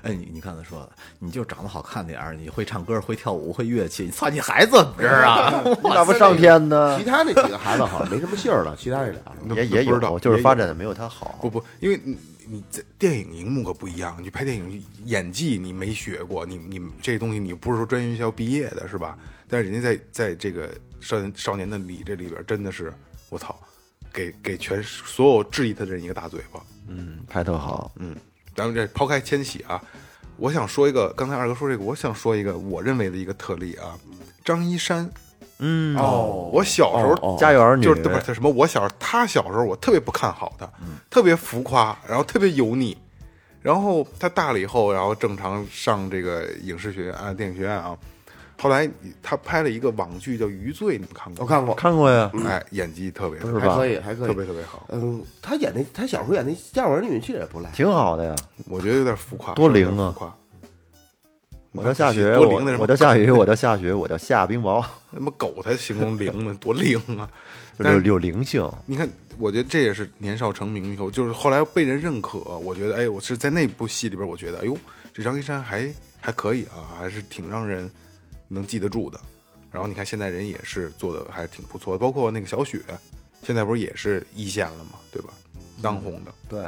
C: 哎，你你看他说的，你就长得好看点儿，你会唱歌，会跳舞，会乐器，你操，你 还怎么着啊？
D: 你咋不上天呢
B: 其？他那几个孩子好像没什么信儿了，其他这俩
A: 那
D: 也
A: 不
D: 也
A: 不知道
D: 有，就是
A: 也
D: 发
A: 有
D: 展的没有他好。
A: 不不，因为你你在电影荧幕可不一样，你拍电影演技你没学过，你你这东西你不是说专业院校毕业的是吧？但是人家在在这个少年少年的你这里边真的是我操，给给全所有质疑他的人一个大嘴巴。
D: 嗯，拍特好，
A: 嗯，咱们这抛开千玺啊，我想说一个，刚才二哥说这个，我想说一个我认为的一个特例啊，张一山。
D: 嗯，
B: 哦
A: 我小时候
D: 家有儿女
A: 就是不是什么？我小时候，他小时候我特别不看好他，
D: 嗯
A: 特别浮夸，然后特别油腻。然后他大了以后，然后正常上这个影视学院啊，电影学院啊。后来他拍了一个网剧叫《余罪》，你们看
B: 我
A: 过？
B: 看过，
D: 看过呀，
A: 哎，演技特别，
D: 不是
B: 还
D: 吧
B: 可？以，还可以，
A: 特别特别好。
B: 嗯，他演那他小时候演那《家有儿女》其实也不赖，
D: 挺好的呀。
A: 我觉得有点浮夸，
D: 多灵啊
A: 有点浮夸。
D: 我叫夏雪，
A: 嗯多
D: 我
A: 灵的什么
D: 我叫夏 雨，我叫夏雪，我叫夏冰雹，
A: 他妈狗才形容灵呢，多灵啊！
D: 就
A: 但
D: 有
A: 是
D: 有灵性。
A: 你看，我觉得这也是年少成名以后，就是后来被人认可。我觉得，哎，我是在那部戏里边，我觉得，哎呦，这张一山还还可以啊，还是挺让人能记得住的。然后你看，现在人也是做的还是挺不错的，包括那个小雪，现在不是也是一线了嘛，对吧？当红的，
D: 对，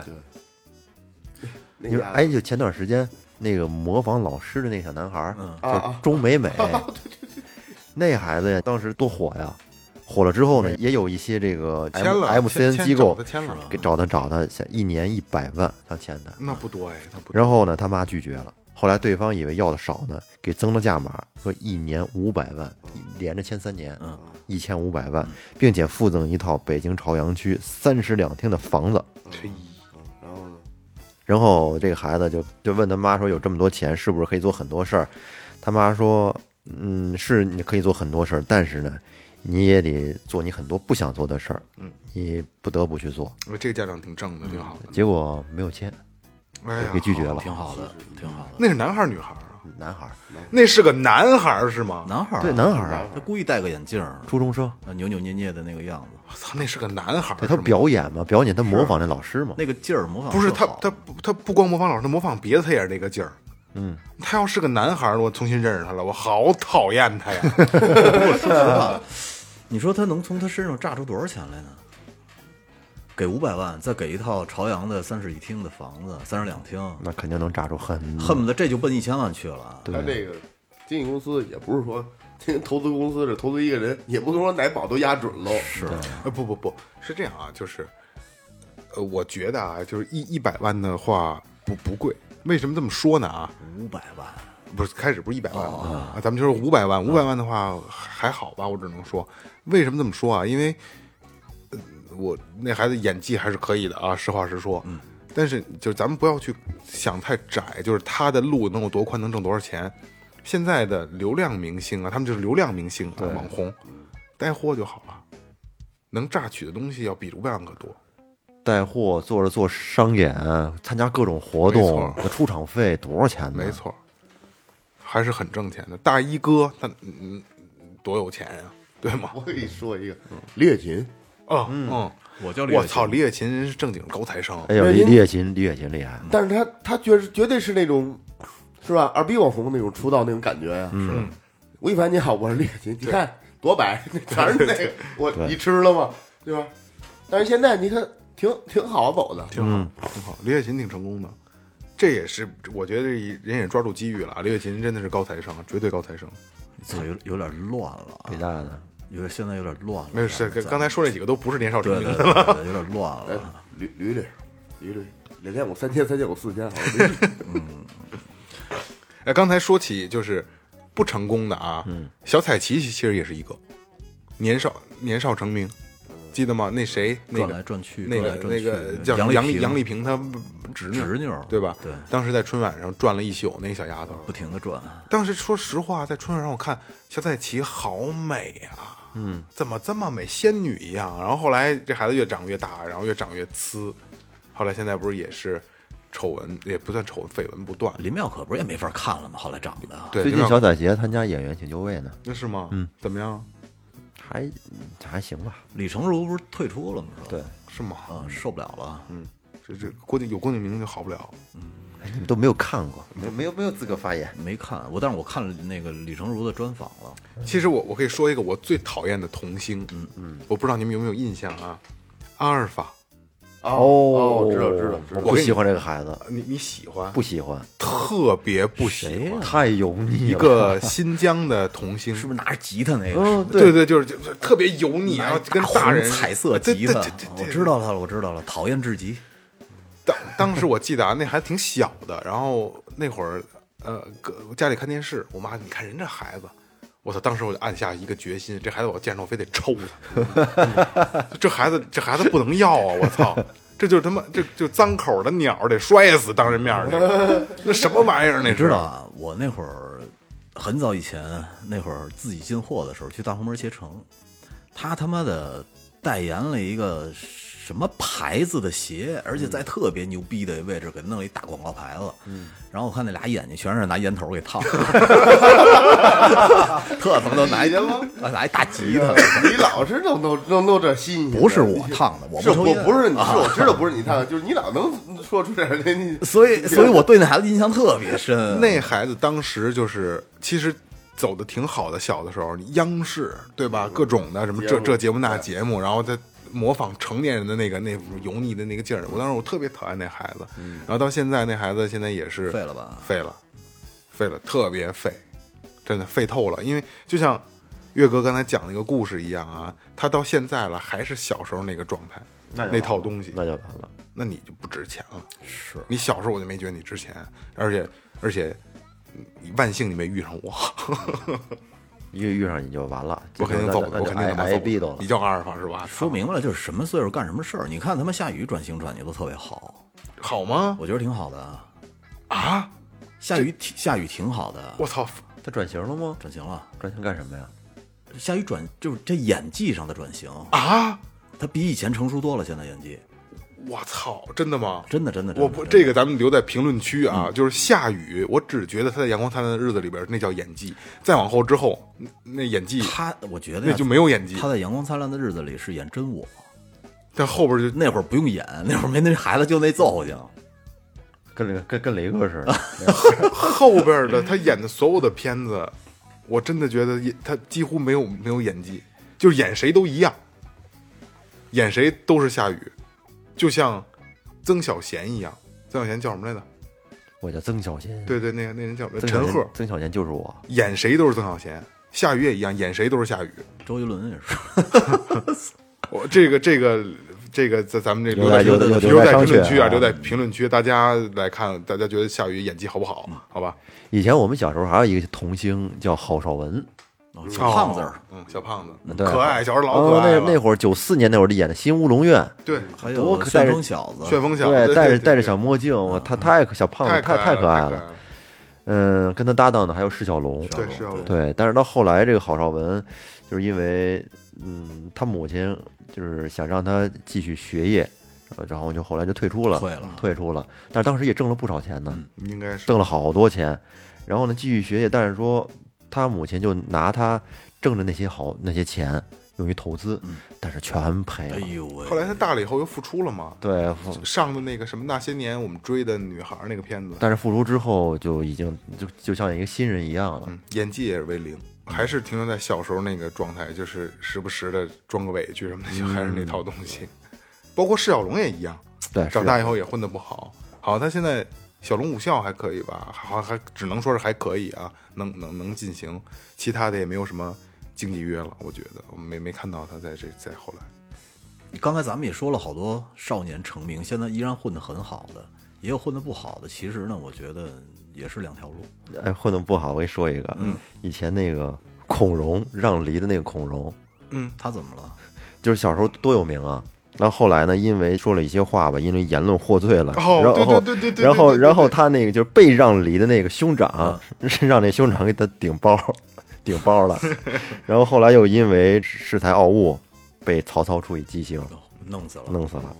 B: 那
D: 你说
B: 家
D: 哎，就前段时间那个模仿老师的那小男孩儿，
A: 嗯
B: 啊
D: 就是钟 美美，那孩子呀，当时多火呀！火了之后呢，也有一些这个
A: 签了
D: M
A: 签
D: MCN
A: 签
D: ，M，M 机构
A: 找他签了，
D: 给找他找他，想一年一百万想签他。
A: 那不多哎，那不多。
D: 然后呢，他妈拒绝了。后来对方以为要的少呢，给增了价码，说一年五百万，连着签三年，
C: 嗯，
D: 一千五百万，并且附赠一套北京朝阳区三室两厅的房子。
A: 嘿
B: 然后呢，
D: 然后这个孩子就就问他妈说：“有这么多钱，是不是可以做很多事儿？”他妈说：“嗯，是你可以做很多事儿，但是呢，你也得做你很多不想做的事儿，嗯，你不得不去做。
A: 这个家长挺正的，挺好”的。
D: 结果没有签，
A: 哎呀
D: 给，拒绝了。
C: 挺好的，挺好的。
A: 那是男孩儿女孩儿啊？
D: 男孩儿，
A: 那是个男孩儿是吗？
C: 男孩儿啊
D: 对男孩儿啊，
C: 他故意戴个眼镜儿，呃
D: 初中生，
C: 扭扭捏捏的那个样子，
A: 我操，那是个男孩儿。
D: 对他
A: 是吗
D: 表演嘛，表演他模仿那老师嘛，
C: 那个劲儿模仿
A: 不是
C: 特
A: 他
C: 好，
A: 他不他不光模仿老师，他模仿别的他也是那个劲儿。嗯，他要是个男孩儿，我重新认识他了，我好讨厌他呀！
C: 你说他能从他身上榨出多少钱来呢？给五百万，再给一套朝阳的三室一厅的房子，三室两厅，
D: 那肯定能炸出很
C: 恨不得这就奔一千万去了。啊
B: 他这个经纪公司也不是说。投资公司是投资一个人，也不能说奶宝都压准喽。是，
A: 呃不不不是这样啊，就是，呃，我觉得啊，就是一一百万的话不不贵。为什么这么说呢？啊，
C: 五百万，哦
A: 不是开始不是一百万啊，咱们就是五百万，五百万的话还好吧，我只能说，为什么这么说啊？因为，呃我那孩子演技还是可以的啊，实话实说。嗯。但是就是咱们不要去想太窄，就是他的路能有多宽，能挣多少钱。现在的流量明星啊，他们就是流量明星啊，网红，带货就好了，能榨取的东西要比五百万可多。
D: 带货，做着做商演，参加各种活
A: 没
D: 动
A: 错，
D: 那出场费多少钱呢？
A: 没，错，还是很挣钱的。大衣哥他嗯多有钱呀、对吗？
B: 我给你说一个，李雪琴，
A: 哦，嗯，
C: 我叫李
A: 我
C: 雪琴
A: 操，李雪琴人是正经高材生，
D: 哎呦，
B: 那
D: 李
B: 您
A: 嗯
D: 李雪琴，李雪琴厉害，
B: 但是他他绝是绝对是那种是吧？二逼网红那种出道那种感觉呀、是吧？吴亦凡你好，我是李雪琴，你看多白，全是那个，我你吃了吗？对吧？但是现在你看挺挺好啊走的，
A: 挺
C: 嗯
A: 好，挺好。李雪琴挺成功的，这也是我觉得人也抓住机遇了啊。李雪琴真的是高材生，啊绝对高材生。
C: 这有有点乱了啊
D: 北，大的，
C: 有点现在有点乱了。
A: 没有，是
C: 啊咱们
A: 刚才说那几个呃都不是年少
C: 对
A: 成
C: 对
A: 名
C: 对，
A: 的，
C: 对 对有点乱
B: 哎
C: 了。，
B: 捋捋捋捋捋，两千五三千，三千五四啊千，好像捋 捋
A: 哎，刚才说起就是不成功的啊，
C: 嗯
A: 小彩旗其实也是一个年少年少成名，记得吗？那谁那
C: 转来
A: 个
C: 转去，
A: 那
C: 转来
A: 个
C: 转
A: 那
C: 去
A: 个叫
C: 杨
A: 杨
C: 丽
A: 丽杨
C: 丽
A: 丽萍她侄女
C: 侄女儿
A: 对吧？
C: 对
A: 当时在春晚上转了一宿，那个小丫头。
C: 不停的转，
A: 当时说实话，在春晚上我看小彩旗好美啊，嗯，怎么这么美，仙女一样？然后后来这孩子越长越大，然后越长越呲，后来现在不是也是丑闻，也不算丑闻，绯闻不断，
C: 林妙可不是也没法看了吗？后来长得
A: 对，
D: 最
A: 就
D: 近
A: 像
D: 小彩杰参加演员请就位呢，
A: 那是吗？嗯，怎么样？
D: 还还行吧。
C: 李成儒不是退出了吗？是吧
D: 对，
A: 是吗？
C: 啊，受不了了。
A: 嗯这这郭敬有郭敬明就好不了。
D: 哎，你们都没有看过，没没有没有资格发言。
C: 没看我，但是我看了那个李成儒的专访了。
A: 其实我我可以说一个我最讨厌的童星，嗯嗯，我不知道你们有没有印象啊？阿尔法，
B: 哦，知道知道知
D: 我
A: 我
B: 道，
D: 不
A: 跟你
D: 喜欢这个孩子，
A: 你你喜欢？
D: 不喜欢，
A: 特别不喜欢。
D: 太油腻了。
A: 一 个新疆的童星，
C: 是不是拿着吉他那个？
D: 嗯，
A: 对对，就是就是特别油腻，然
C: 拿
A: 后
C: 着
A: 跟大人
C: 红彩色
A: 对
C: 吉
A: 对
C: 他啊
A: 对对，
C: 我
A: 对
C: 知道他了，我知道了，讨厌至极。
A: 当当时我记得啊，那还挺小的，然后那会儿呃，搁家里看电视，我妈你看人这孩子，我操！当时我就暗下一个决心，这孩子我见着我非得抽他， 这孩子这孩子不能要啊！我操！这就是他妈这就脏口的鸟得摔死当着面儿的， 那什么玩意儿？那
C: 你
A: 是
C: 知道啊，我那会儿很早以前，那会儿自己进货的时候，去大红门携程，他他妈的代言了一个什么牌子的鞋，而且在特别牛逼的位置给弄了一大广告牌子。嗯，然后我看那俩眼睛全是拿烟头给烫的，特他妈都拿一
B: 吗？哎
C: 拿一大吉他。
B: 你老是弄弄弄弄这新鲜的，
C: 不是我烫的，我
B: 是
C: 不抽
B: 我
C: 烟，啊
B: 不是你，是我知道不是你烫的，就是你老能说出点儿来，你
C: 所以所以我对那孩子印象特别深。
A: 那孩子当时就是其实走的挺好的，小的时候，央视对吧？各种的什么这
B: 节目
A: 这节目那节目，然后他模仿成年人的那个那油腻的那个劲儿。我当时我特别讨厌那孩子，然后到现在那孩子现在也是
C: 废了吧
A: 废了，废了，特别废，真的废透了。因为就像岳哥刚才讲那个故事一样啊，他到现在了还是小时候那个状态，那套东西，
D: 那就完了。
A: 那你就不值钱了。
C: 是
A: 你小时候我就没觉得你值钱，而且而且，嗯万幸你没遇上我，
D: 一遇上你就完了，
A: 我肯定
D: 那
A: 走
D: 那
A: 了，
D: 那
A: 我
D: 就
A: 肯定
D: 挨
A: 他妈
D: 挨毙斗
A: 走了。
D: 了
A: 你。叫阿尔法是吧？
C: 说明白了，就是什么岁数干什么事儿。你看他妈夏雨转型转的都特别好，
A: 好吗？
C: 我觉得挺好的啊。
A: 啊！
C: 夏雨挺夏雨挺好的，
A: 我操！
D: 他转型了吗？
C: 转型了。
D: 转型干什么呀？
C: 夏雨转就是这演技上的转型，
A: 啊！
C: 他比以前成熟多了。现在演技
A: 我操！真的吗？
C: 真的真的，
A: 我不
C: 真的
A: 这个咱们留在评论区啊。就是下雨，我只觉得他在《阳光灿烂的日子》里边那叫演技，再往后之后那那演技，
C: 他，我觉得呀
A: 那就没有演技
C: 他。在《阳光灿烂的日子》里是演真我，
A: 但后边就
C: 那会儿不用演，那会儿没那孩子就那造型。
D: 跟雷跟跟雷哥似的，
A: 啊后边的他演的所有的片子，我真的觉得也他几乎没有没有演技，就是演谁都一样，演谁都是下雨，就像曾小贤一样。曾小贤叫什么来着？
D: 我叫曾小贤。
A: 对对，那个那人叫什么
D: 曾小贤，
A: 陈赫，
D: 曾小贤就是我。
A: 演谁都是曾小贤，下雨也一样，演谁都是下雨。
C: 周杰伦也是，
A: 我这个这个这个，在咱们这
D: 留
A: 留
D: 在留
A: 在评
D: 在
A: 论区
D: 留
A: 留
D: 在
A: 在
D: 商
A: 评
D: 榷
A: 论区啊，
D: 啊
A: 留在评论区，大家来看，大家觉得夏雨演技好不
D: 嗯
A: 好？好吧，
D: 以前我们小时候还有一个童星叫郝邵文，
C: 哦小胖子儿，
A: 哦，嗯，小胖子，
D: 对
A: 可爱，小时候老可
D: 哦
A: 爱了。
D: 那那会儿九四年那会儿演的《新乌龙院
A: 对，
C: 还
D: 多
C: 有
D: 可
C: 旋风小子，
A: 旋风小子，
D: 对，
A: 对
D: 戴着
A: 对
D: 戴着
A: 对
D: 小墨镜，我他太小胖子
A: 太
D: 太
A: 太
D: 可爱了。
A: 了，
D: 嗯，跟他搭档的还有释小龙，
A: 对，是啊，
D: 对，但是到后来，这个郝邵文就是因为，嗯，他母亲就是想让他继续学业，呃然后就后来就退出了，
C: 退了
D: 退出了。但是当时也挣了不少钱呢，
A: 应该是
D: 挣了好多钱。然后呢，继续学业，但是说他母亲就拿他挣的那些好那些钱，用于投资，
A: 嗯
D: 但是全赔了。
C: 哎呦喂！
A: 后来他大了以后又复出了嘛，
D: 对，付
A: 上的那个什么那些年我们追的女孩那个片子，
D: 但是复出之后就已经就就像一个新人一样了。
A: 嗯，演技也是为零，还是停留在小时候那个状态，就是时不时的装个委屈什么的，就还是那套东西。包括释小龙也一样，
D: 对，嗯
A: 长
D: 是
A: 大以后也混得不好。好，他现在小龙武校还可以吧？好，还只能说是还可以啊，能能能进行，其他的也没有什么经济约了。我觉得我没没看到他在这在后来，
C: 刚才咱们也说了好多少年成名，现在依然混得很好的，也有混得不好的。其实呢，我觉得也是两条路。
D: 哎，混得不好，我给你说一
A: 嗯
D: 个，以前那个孔融让梨的那个孔融，
C: 他怎么了？
D: 就是小时候多有名啊。那后来呢？因为说了一些话吧，因为言论获罪了，
A: 哦
D: 然后
A: 对对对对对
D: 然后
A: 对对对嗯
D: 然后他那个就是被让梨的那个兄长，是 让那兄长给他顶包，顶包了。然后后来又因为恃才傲物，被曹操处以极刑，
C: 哦弄死了。
A: 嗯
D: 弄死了。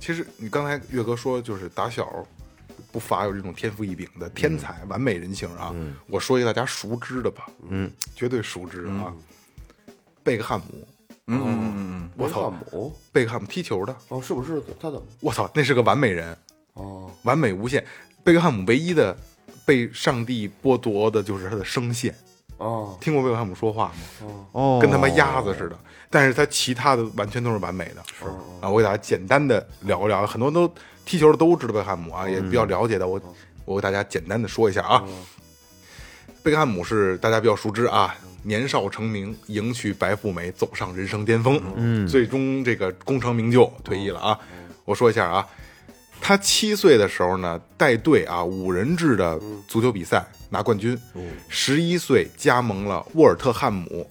A: 其实你刚才岳哥说，就是打小不乏有这种天赋异禀的天才、完美人形啊。我说一个大家熟知的吧，
D: 嗯，
A: 绝对熟知啊，贝克汉姆，
C: 嗯嗯嗯
A: 我操
B: 汉姆
A: 贝克汉姆踢球的，
B: 哦，是不是他怎么？
A: 我操，那是个完美人，
B: 哦，
A: 完美无限。贝克汉姆唯一的被上帝剥夺的就是他的声线。
B: 哦，
A: 听过贝克汉姆说话吗？
D: 哦
A: 跟他妈鸭子似的。但是他其他的完全都是完美的。是啊，我给大家简单的聊一聊，很多都踢球的都知道贝克汉姆啊，也比较了解的，我我给大家简单的说一下啊。贝克汉姆是大家比较熟知啊，年少成名，迎娶白富美，走上人生巅峰，嗯，最终这个功成名就，退役了啊。我说一下啊，他七岁的时候呢，带队啊五人制的足球比赛拿冠军，十一岁加盟了沃尔特汉姆，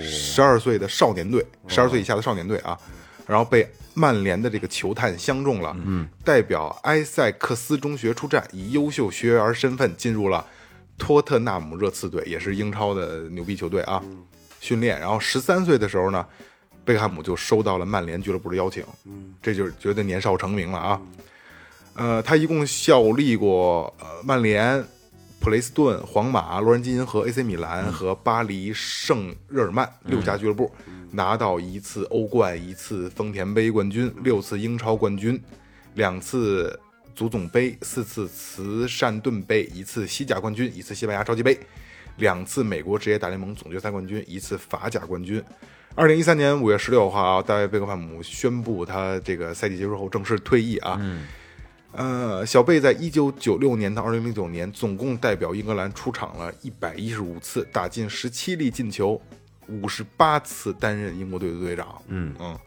A: 十二岁的少年队，十二岁以下的少年队啊，然后被曼联的这个球探相中了，嗯，代表埃塞克斯中学出战，以优秀学员身份进入了托特纳姆热刺队，也是英超的牛逼球队啊，训练。然后十三岁的时候呢，贝克汉姆就收到了曼联俱乐部的邀请，嗯，这就是绝对年少成名了啊。呃，他一共效力过呃曼联、普雷斯顿、皇马、洛杉矶银河、AC 米兰和巴黎圣日耳曼六家俱乐部，拿到一次欧冠、一次丰田杯冠军、六次英超冠军、两次足总杯、四次慈善盾杯、一次西甲冠军、一次西班牙超级杯、两次美国职业大联盟总决赛冠军、一次法甲冠军。二零一三年五月十六号啊，大卫贝克汉姆宣布他这个赛季结束后正式退役啊。呃，小贝在一九九六年到二零零九年，总共代表英格兰出场了一百一十五次，打进十七粒进球，五十八次担任英国队的队长。嗯嗯，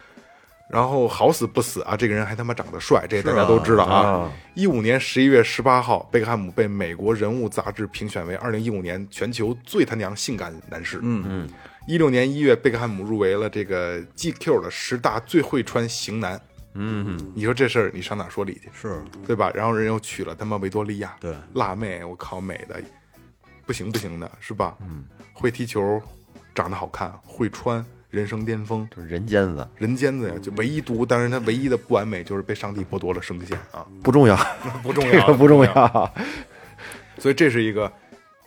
A: 然后好死不死啊，这个人还他妈长得帅，这大家都知道啊。一五、年十一月十八号，贝克汉姆被美国人物杂志评选为二零一五年全球最他娘性感男士。嗯嗯，一六年一月，贝克汉姆入围了这个 GQ 的十大最会穿型男。嗯，你说这事儿你上哪说理去？
C: 是
A: 对吧？然后人又娶了他妈维多利亚，
C: 对
A: 辣妹，我靠，美的不行不行的，是吧？嗯，会踢球，长得好看，会穿，人生巅峰，
D: 就是人尖子，
A: 人间子呀，就唯一独，但是他唯一的不完美就是被上帝剥夺了声线啊，
D: 不重要，
A: 不重
D: 这
A: 要，
D: 个 不重
A: 不重要，
D: 要。
A: 所以这是一个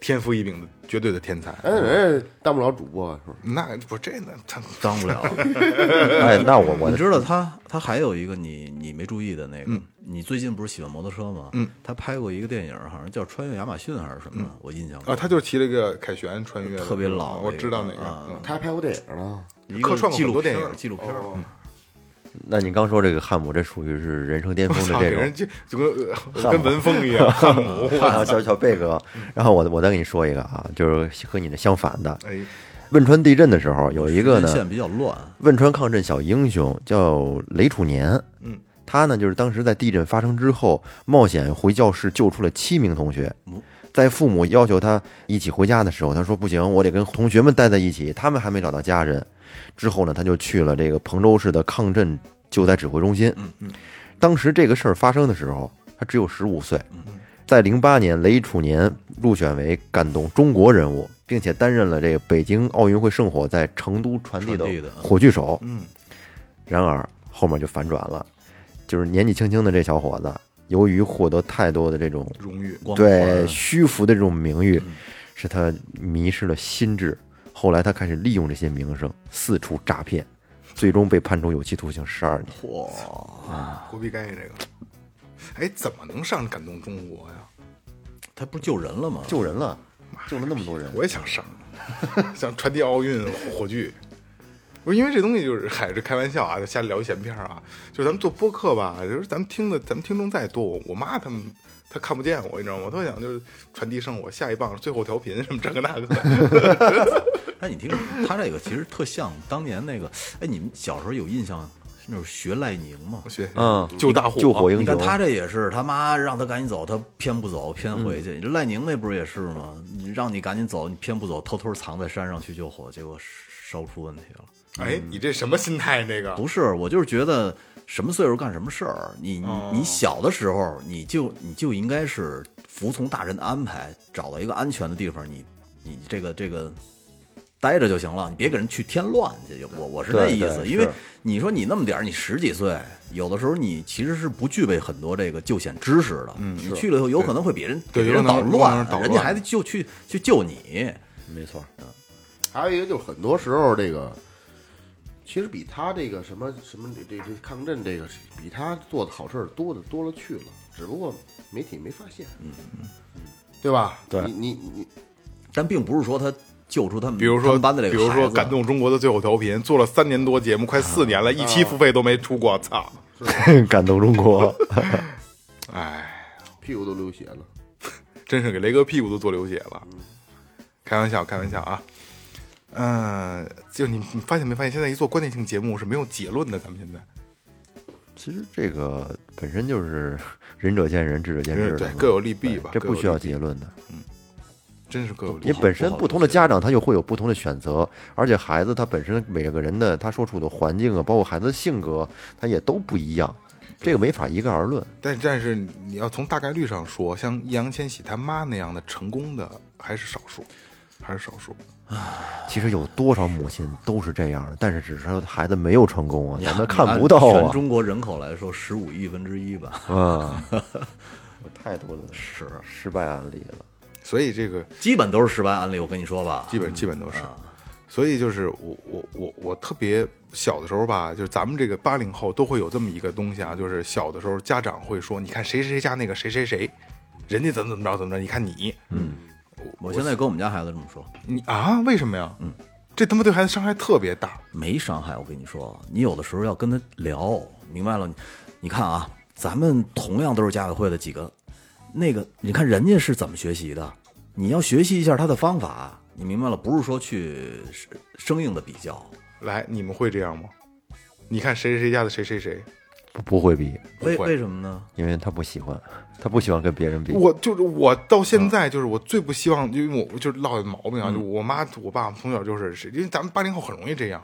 A: 天赋异禀的绝对的天才。嗯
B: 哎，人家当不了主播是吧？
A: 那不这那他
C: 当不 了。
D: 哎，那我我
C: 你知道他他还有一个你你没注意的那个，
A: 嗯
C: 你最近不是喜欢摩托车吗？嗯，他拍过一个电影，好像叫《穿越亚马逊》还是什么，我印象中
A: 啊，他就骑了一个凯旋穿越的，
C: 特别老
A: 我知道哪个，
C: 啊
A: 嗯
B: 他还拍过电影呢。
C: 一
A: 客
C: 个
A: 串过
C: 纪
A: 很
C: 录
A: 多
C: 片
A: 电
C: 儿，
A: 影
C: 纪录片儿。
B: 哦
D: 那你刚说这个汉姆，这属于是人生巅峰的这
A: 操，给
D: 种
A: 人。就就跟呃跟文风一样，汉姆，
D: 啊， 小小贝哥，然后我我再给你说一个啊，就是和你的相反的。
A: 哎，
D: 汶川地震的时候，有一个
C: 时间
D: 呢
C: 线，比较乱，
D: 汶川抗震小英雄叫雷楚年，
A: 嗯，
D: 他呢就是当时在地震发生之后，冒险回教室救出了七名同学。在父母要求他一起回家的时候，他说不行，我得跟同学们待在一起，他们还没找到家人。之后呢，他就去了这个彭州市的抗震救灾指挥中心。嗯嗯，当时这个事儿发生的时候，他只有十五岁。
C: 嗯
D: 在零八年，雷楚年入选为感动中国人物，并且担任了这个北京奥运会圣火在成都传递的
C: 传递的嗯
D: 火炬手。
A: 嗯，
D: 然而后面就反转了，就是年纪轻轻的这小伙子，由于获得太多的这种
A: 荣誉。
C: 光环
D: 对虚浮的这种名誉，使他迷失了心智。后来他开始利用这些名声四处诈骗，最终被判处有期徒刑十二年。
A: 活逼该这个。哎，怎么能上感动中国呀？
C: 他不是救人了吗？
B: 救人了，救了那么多人，
A: 我也想上， 想传递奥运火炬。不是因为这东西就是，嗨，这开玩笑啊，就瞎聊闲篇儿啊。就是咱们做播客吧，就是咱们听的，咱们听众再多，我我妈他们她看不见我，你知道吗？我特想就是传递上我下一棒最后调频什么这个那个的。
C: 哎，你听他这个其实特像当年那个，哎，你们小时候有印象那种学赖宁吗？
A: 学
D: 嗯，
A: 救大火，
D: 救火英
C: 你看
D: 雄，
C: 他这也是，他妈让他赶紧走，他偏不走，偏
D: 嗯
C: 回去。赖宁那不是也是吗？你让你赶紧走，你偏不走，偷偷藏在山上去救火，结果烧出问题了。
A: 哎，你这什么心态？这个
C: 不是，我就是觉得什么岁数干什么事儿。你
A: 哦
C: 你你小的时候，你就你就应该是服从大人的安排，找到一个安全的地方，你你这个这个待着就行了，你别给人去添乱去。我我是这
D: 对
C: 意思，
D: 对
C: 因为
D: 是
C: 你说你那么点儿，你十几岁，有的时候你其实是不具备很多这个救险知识的。嗯，你去了以后有可能会比人
A: 对
C: 给人
A: 有可
C: 捣
A: 能有
C: 乱
A: 可能，捣
C: 人家
A: 乱
C: 还得就去去救你。
D: 没错，
B: 还有一个就是很多时候这个，其实比他这个什么什么这这这抗震这个是比他做的好事儿多的多了去了，只不过媒体没发现，嗯对吧？
D: 对
B: 你你你
C: 但并不是说他救出他们，
A: 比如
C: 他
A: 说
C: 们班的这个
A: 比如
C: 孩
A: 说
C: 子啊
A: 感动中国的最后调频，做了三年多节目，快四年了，一期付费都没出过，操！
D: 感动中国。
A: 哎，
B: 屁股都流血了，
A: 真是给雷哥屁股都做流血了。
D: 嗯
A: 开玩笑，开玩笑啊。嗯、就你你发现没发现，现在一做观点性节目是没有结论的，咱们现在。
D: 其实这个本身就是仁者见仁，智者见智的
A: 对
D: 嘛，
A: 各有利弊吧
D: 对这
A: 各有
D: 不
A: 利
D: 需要
A: 弊
D: 结论的，
A: 真是各有利
D: 因为
A: 弊。
D: 本身不同的家长他就会有不同的选择，而且孩子他本身每个人的他所处的环境啊，包括孩子的性格，他也都不一样，这个没法一概而论。
A: 但但是你要从大概率上说，像易烊千玺他妈那样的成功的还是少数，还是少数。
D: 其实有多少母亲都是这样的，但是只是说孩子没有成功啊，咱们
C: 你
D: 看
C: 按
D: 不到
C: 全
D: 啊，
C: 中国人口来说，十五亿分之一吧。
D: 啊，有 太多的
C: 是，
D: 失败案例了。
A: 所以这个
C: 基本都是失败案例。我跟你说吧，
A: 基本基本都是。所以就是我我我我特别小的时候吧，就是咱们这个八零后都会有这么一个东西啊，就是小的时候家长会说，你看谁谁谁家那个谁谁谁，人家怎么怎么着怎么着，你看你，嗯，
C: 我现在跟我们家孩子这么说，
A: 你啊，为什么呀？嗯，这他妈对孩子伤害特别大。
C: 没伤害。我跟你说，你有的时候要跟他聊，明白了？你你看啊，咱们同样都是家委会的几个，那个你看人家是怎么学习的，你要学习一下他的方法，你明白了？不是说去生生硬的比较，
A: 来，你们会这样吗？你看谁谁谁家的谁谁谁，
D: 不不会比，
C: 为
A: 会
C: 为什么呢？
D: 因为他不喜欢，他不喜欢跟别人比。
A: 我就是我到
C: 嗯
A: 现在就是我最不希望，因为我就是落的毛病啊，就我妈我爸从小就是谁，因为咱们八零后很容易这样，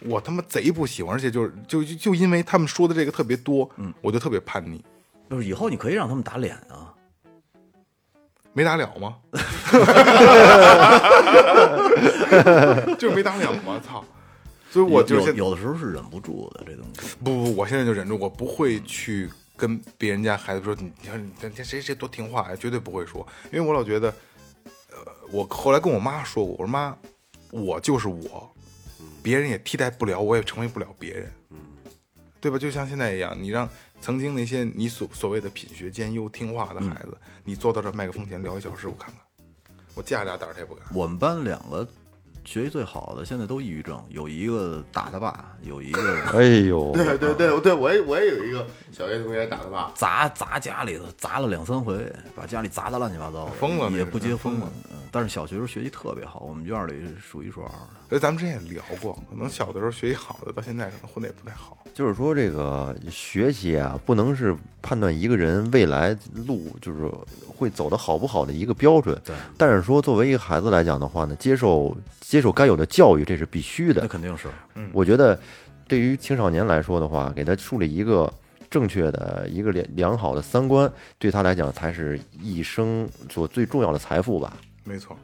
A: 我他妈贼不喜欢，而且就是就就就因为他们说的这个特别多，嗯，我就特别叛逆，
C: 就是以后你可以让他们打脸啊。
A: 没打了 吗？就是没打了吗？操！所以我就
C: 有
A: 现
C: 有的时候是忍不住的这东西。
A: 不不，我现在就忍住，我不会去跟别人家孩子说，你你看你看谁谁多听话呀，绝对不会说，因为我老觉得，呃，我后来跟我妈说过，我说妈，我就是我，别人也替代不了，我也成为不了别人，对吧？就像现在一样，你让曾经那些你所所谓的品学兼优、听话的孩子，你坐到这麦克风前聊一小时，我看看，我架俩胆儿他也不敢。
C: 我们班两个学习最好的现在都抑郁症，有一个打他爸，有一个
D: 哎呦，
B: 对对对对，我也我也有一个小学同学打他爸，
C: 砸砸家里头，砸了两三回，把家里砸得乱七八糟的，
A: 疯了那
C: 也
A: 是
C: 不接
A: 疯
C: 风
A: 了
C: 了。嗯，但是小学时候学习特别好，我们院里数一数二的。
A: 所以咱们之前也聊过，可能小的时候学习好的，到现在可能混的也不太好。
D: 就是说这个学习啊，不能是判断一个人未来路就是会走的好不好的一个标准。
C: 对，
D: 但是说作为一个孩子来讲的话呢，接受接受该有的教育，这是必须
C: 那
D: 的。
C: 肯定是
D: 我觉得对于青少年来说的话，给他树立一个正确的一个良良好的三观，对他来讲才是一生所最重要的财富吧。
A: 没错，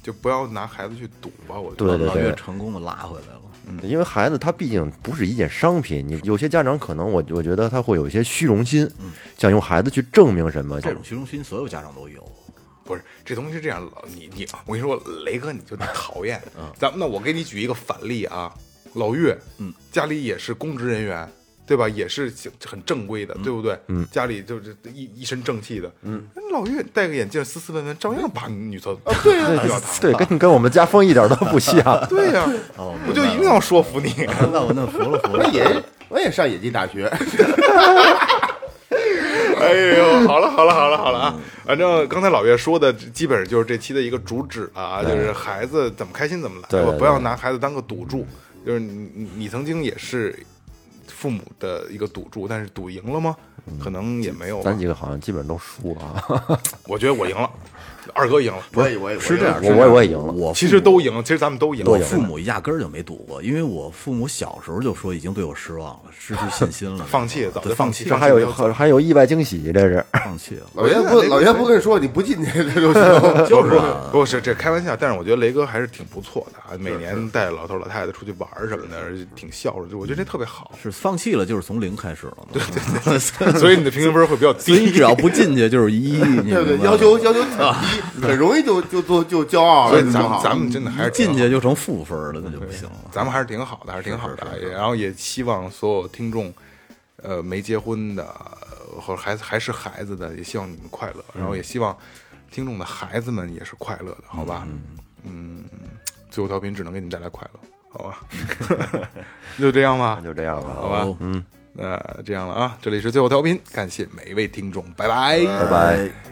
A: 就不要拿孩子去赌吧，我觉
D: 对
A: 得。
D: 对
C: 老
D: 对
C: 岳成功的拉回来了。
D: 因为孩子他毕竟不是一件商品，你有些家长可能我我觉得嗯他会有一些虚荣心，想用孩子去证明什么这
C: 这
D: 种
C: 种虚荣心，所有家长都有。
A: 不是，这东西是这样，老你你，我跟你说，雷哥你就讨 厌。咱们那我给你举一个反例啊，老岳，嗯，家里也是公职人员，对吧？也是很正规的，对不对？嗯，家里就是一一身正气的。嗯，老岳戴个眼镜，斯斯文文，照样把女厕啊，对呀，打他。
D: 对，跟跟我们家风一点都不像。
A: 对呀，我就一定要说服你。
C: 那我那服 了服
B: 我
C: 了，
B: 也我也上野鸡大学，
A: 哎呦，好了好了好了好了啊！反正刚才老岳说的，基本上就是这期的一个主旨了啊，就是孩子怎么开心怎么来，
D: 对对
A: 吧
D: 对
A: 不要拿孩子当个赌注。就是你你你曾经也是父母的一个赌注，但是赌赢了吗？可能也没有吧。
D: 咱几个好像基本上都输了啊。
A: 我觉得我赢了，二哥赢了，
B: 我也我也
C: 是这样，
D: 我
C: 是这样
D: 我也我也赢了
C: 我
A: 其实都赢了，其实咱们都赢
C: 我
A: 了。
C: 父母压根儿就没赌过，因为我父母小时候就说已经对我失望了，失去信心了，
A: 放弃，早就
C: 对
A: 放
C: 放
A: 弃，
D: 这
C: 弃
A: 放
D: 还
A: 弃
D: 有
A: 了
D: 还还有意外惊喜，这是
C: 放弃了。
B: 老袁不老袁不跟你说你不进去这就行，
A: 就是不是这开玩笑，但是我觉得雷哥还是挺不错的啊，每年带老头老太太出去玩儿什么的，而且挺孝顺，就我觉得这特别好。
C: 是放弃了，就是从零开始了嘛。对对 对，
A: 所以你的平均分会比较
C: 所以
A: 低
C: 只。要不进去就是一，你
B: 对不对？
C: 明白吗
B: 要求要求挺低，很容易就就就就骄傲
A: 所
B: 了，
A: 以咱们
B: 就好
A: 咱们真的还是
C: 一
A: 挺
C: 进
A: 好
C: 去就成负分了，那就不行了。
A: 咱们还是挺好的，还是挺好的。然后也希望所有听众，呃，没结婚的呃或者孩子还是孩子的，也希望你们快乐。然后也希望听众的孩子们也是快乐的，好吧？嗯，最后调频只能给你们带来快乐，好吧？ 那就这样吧
D: 那，就这样
A: 好
D: 了，
A: 吧？嗯，那这样了啊，这里是最后调频，感谢每一位听众，拜 拜
D: 拜拜。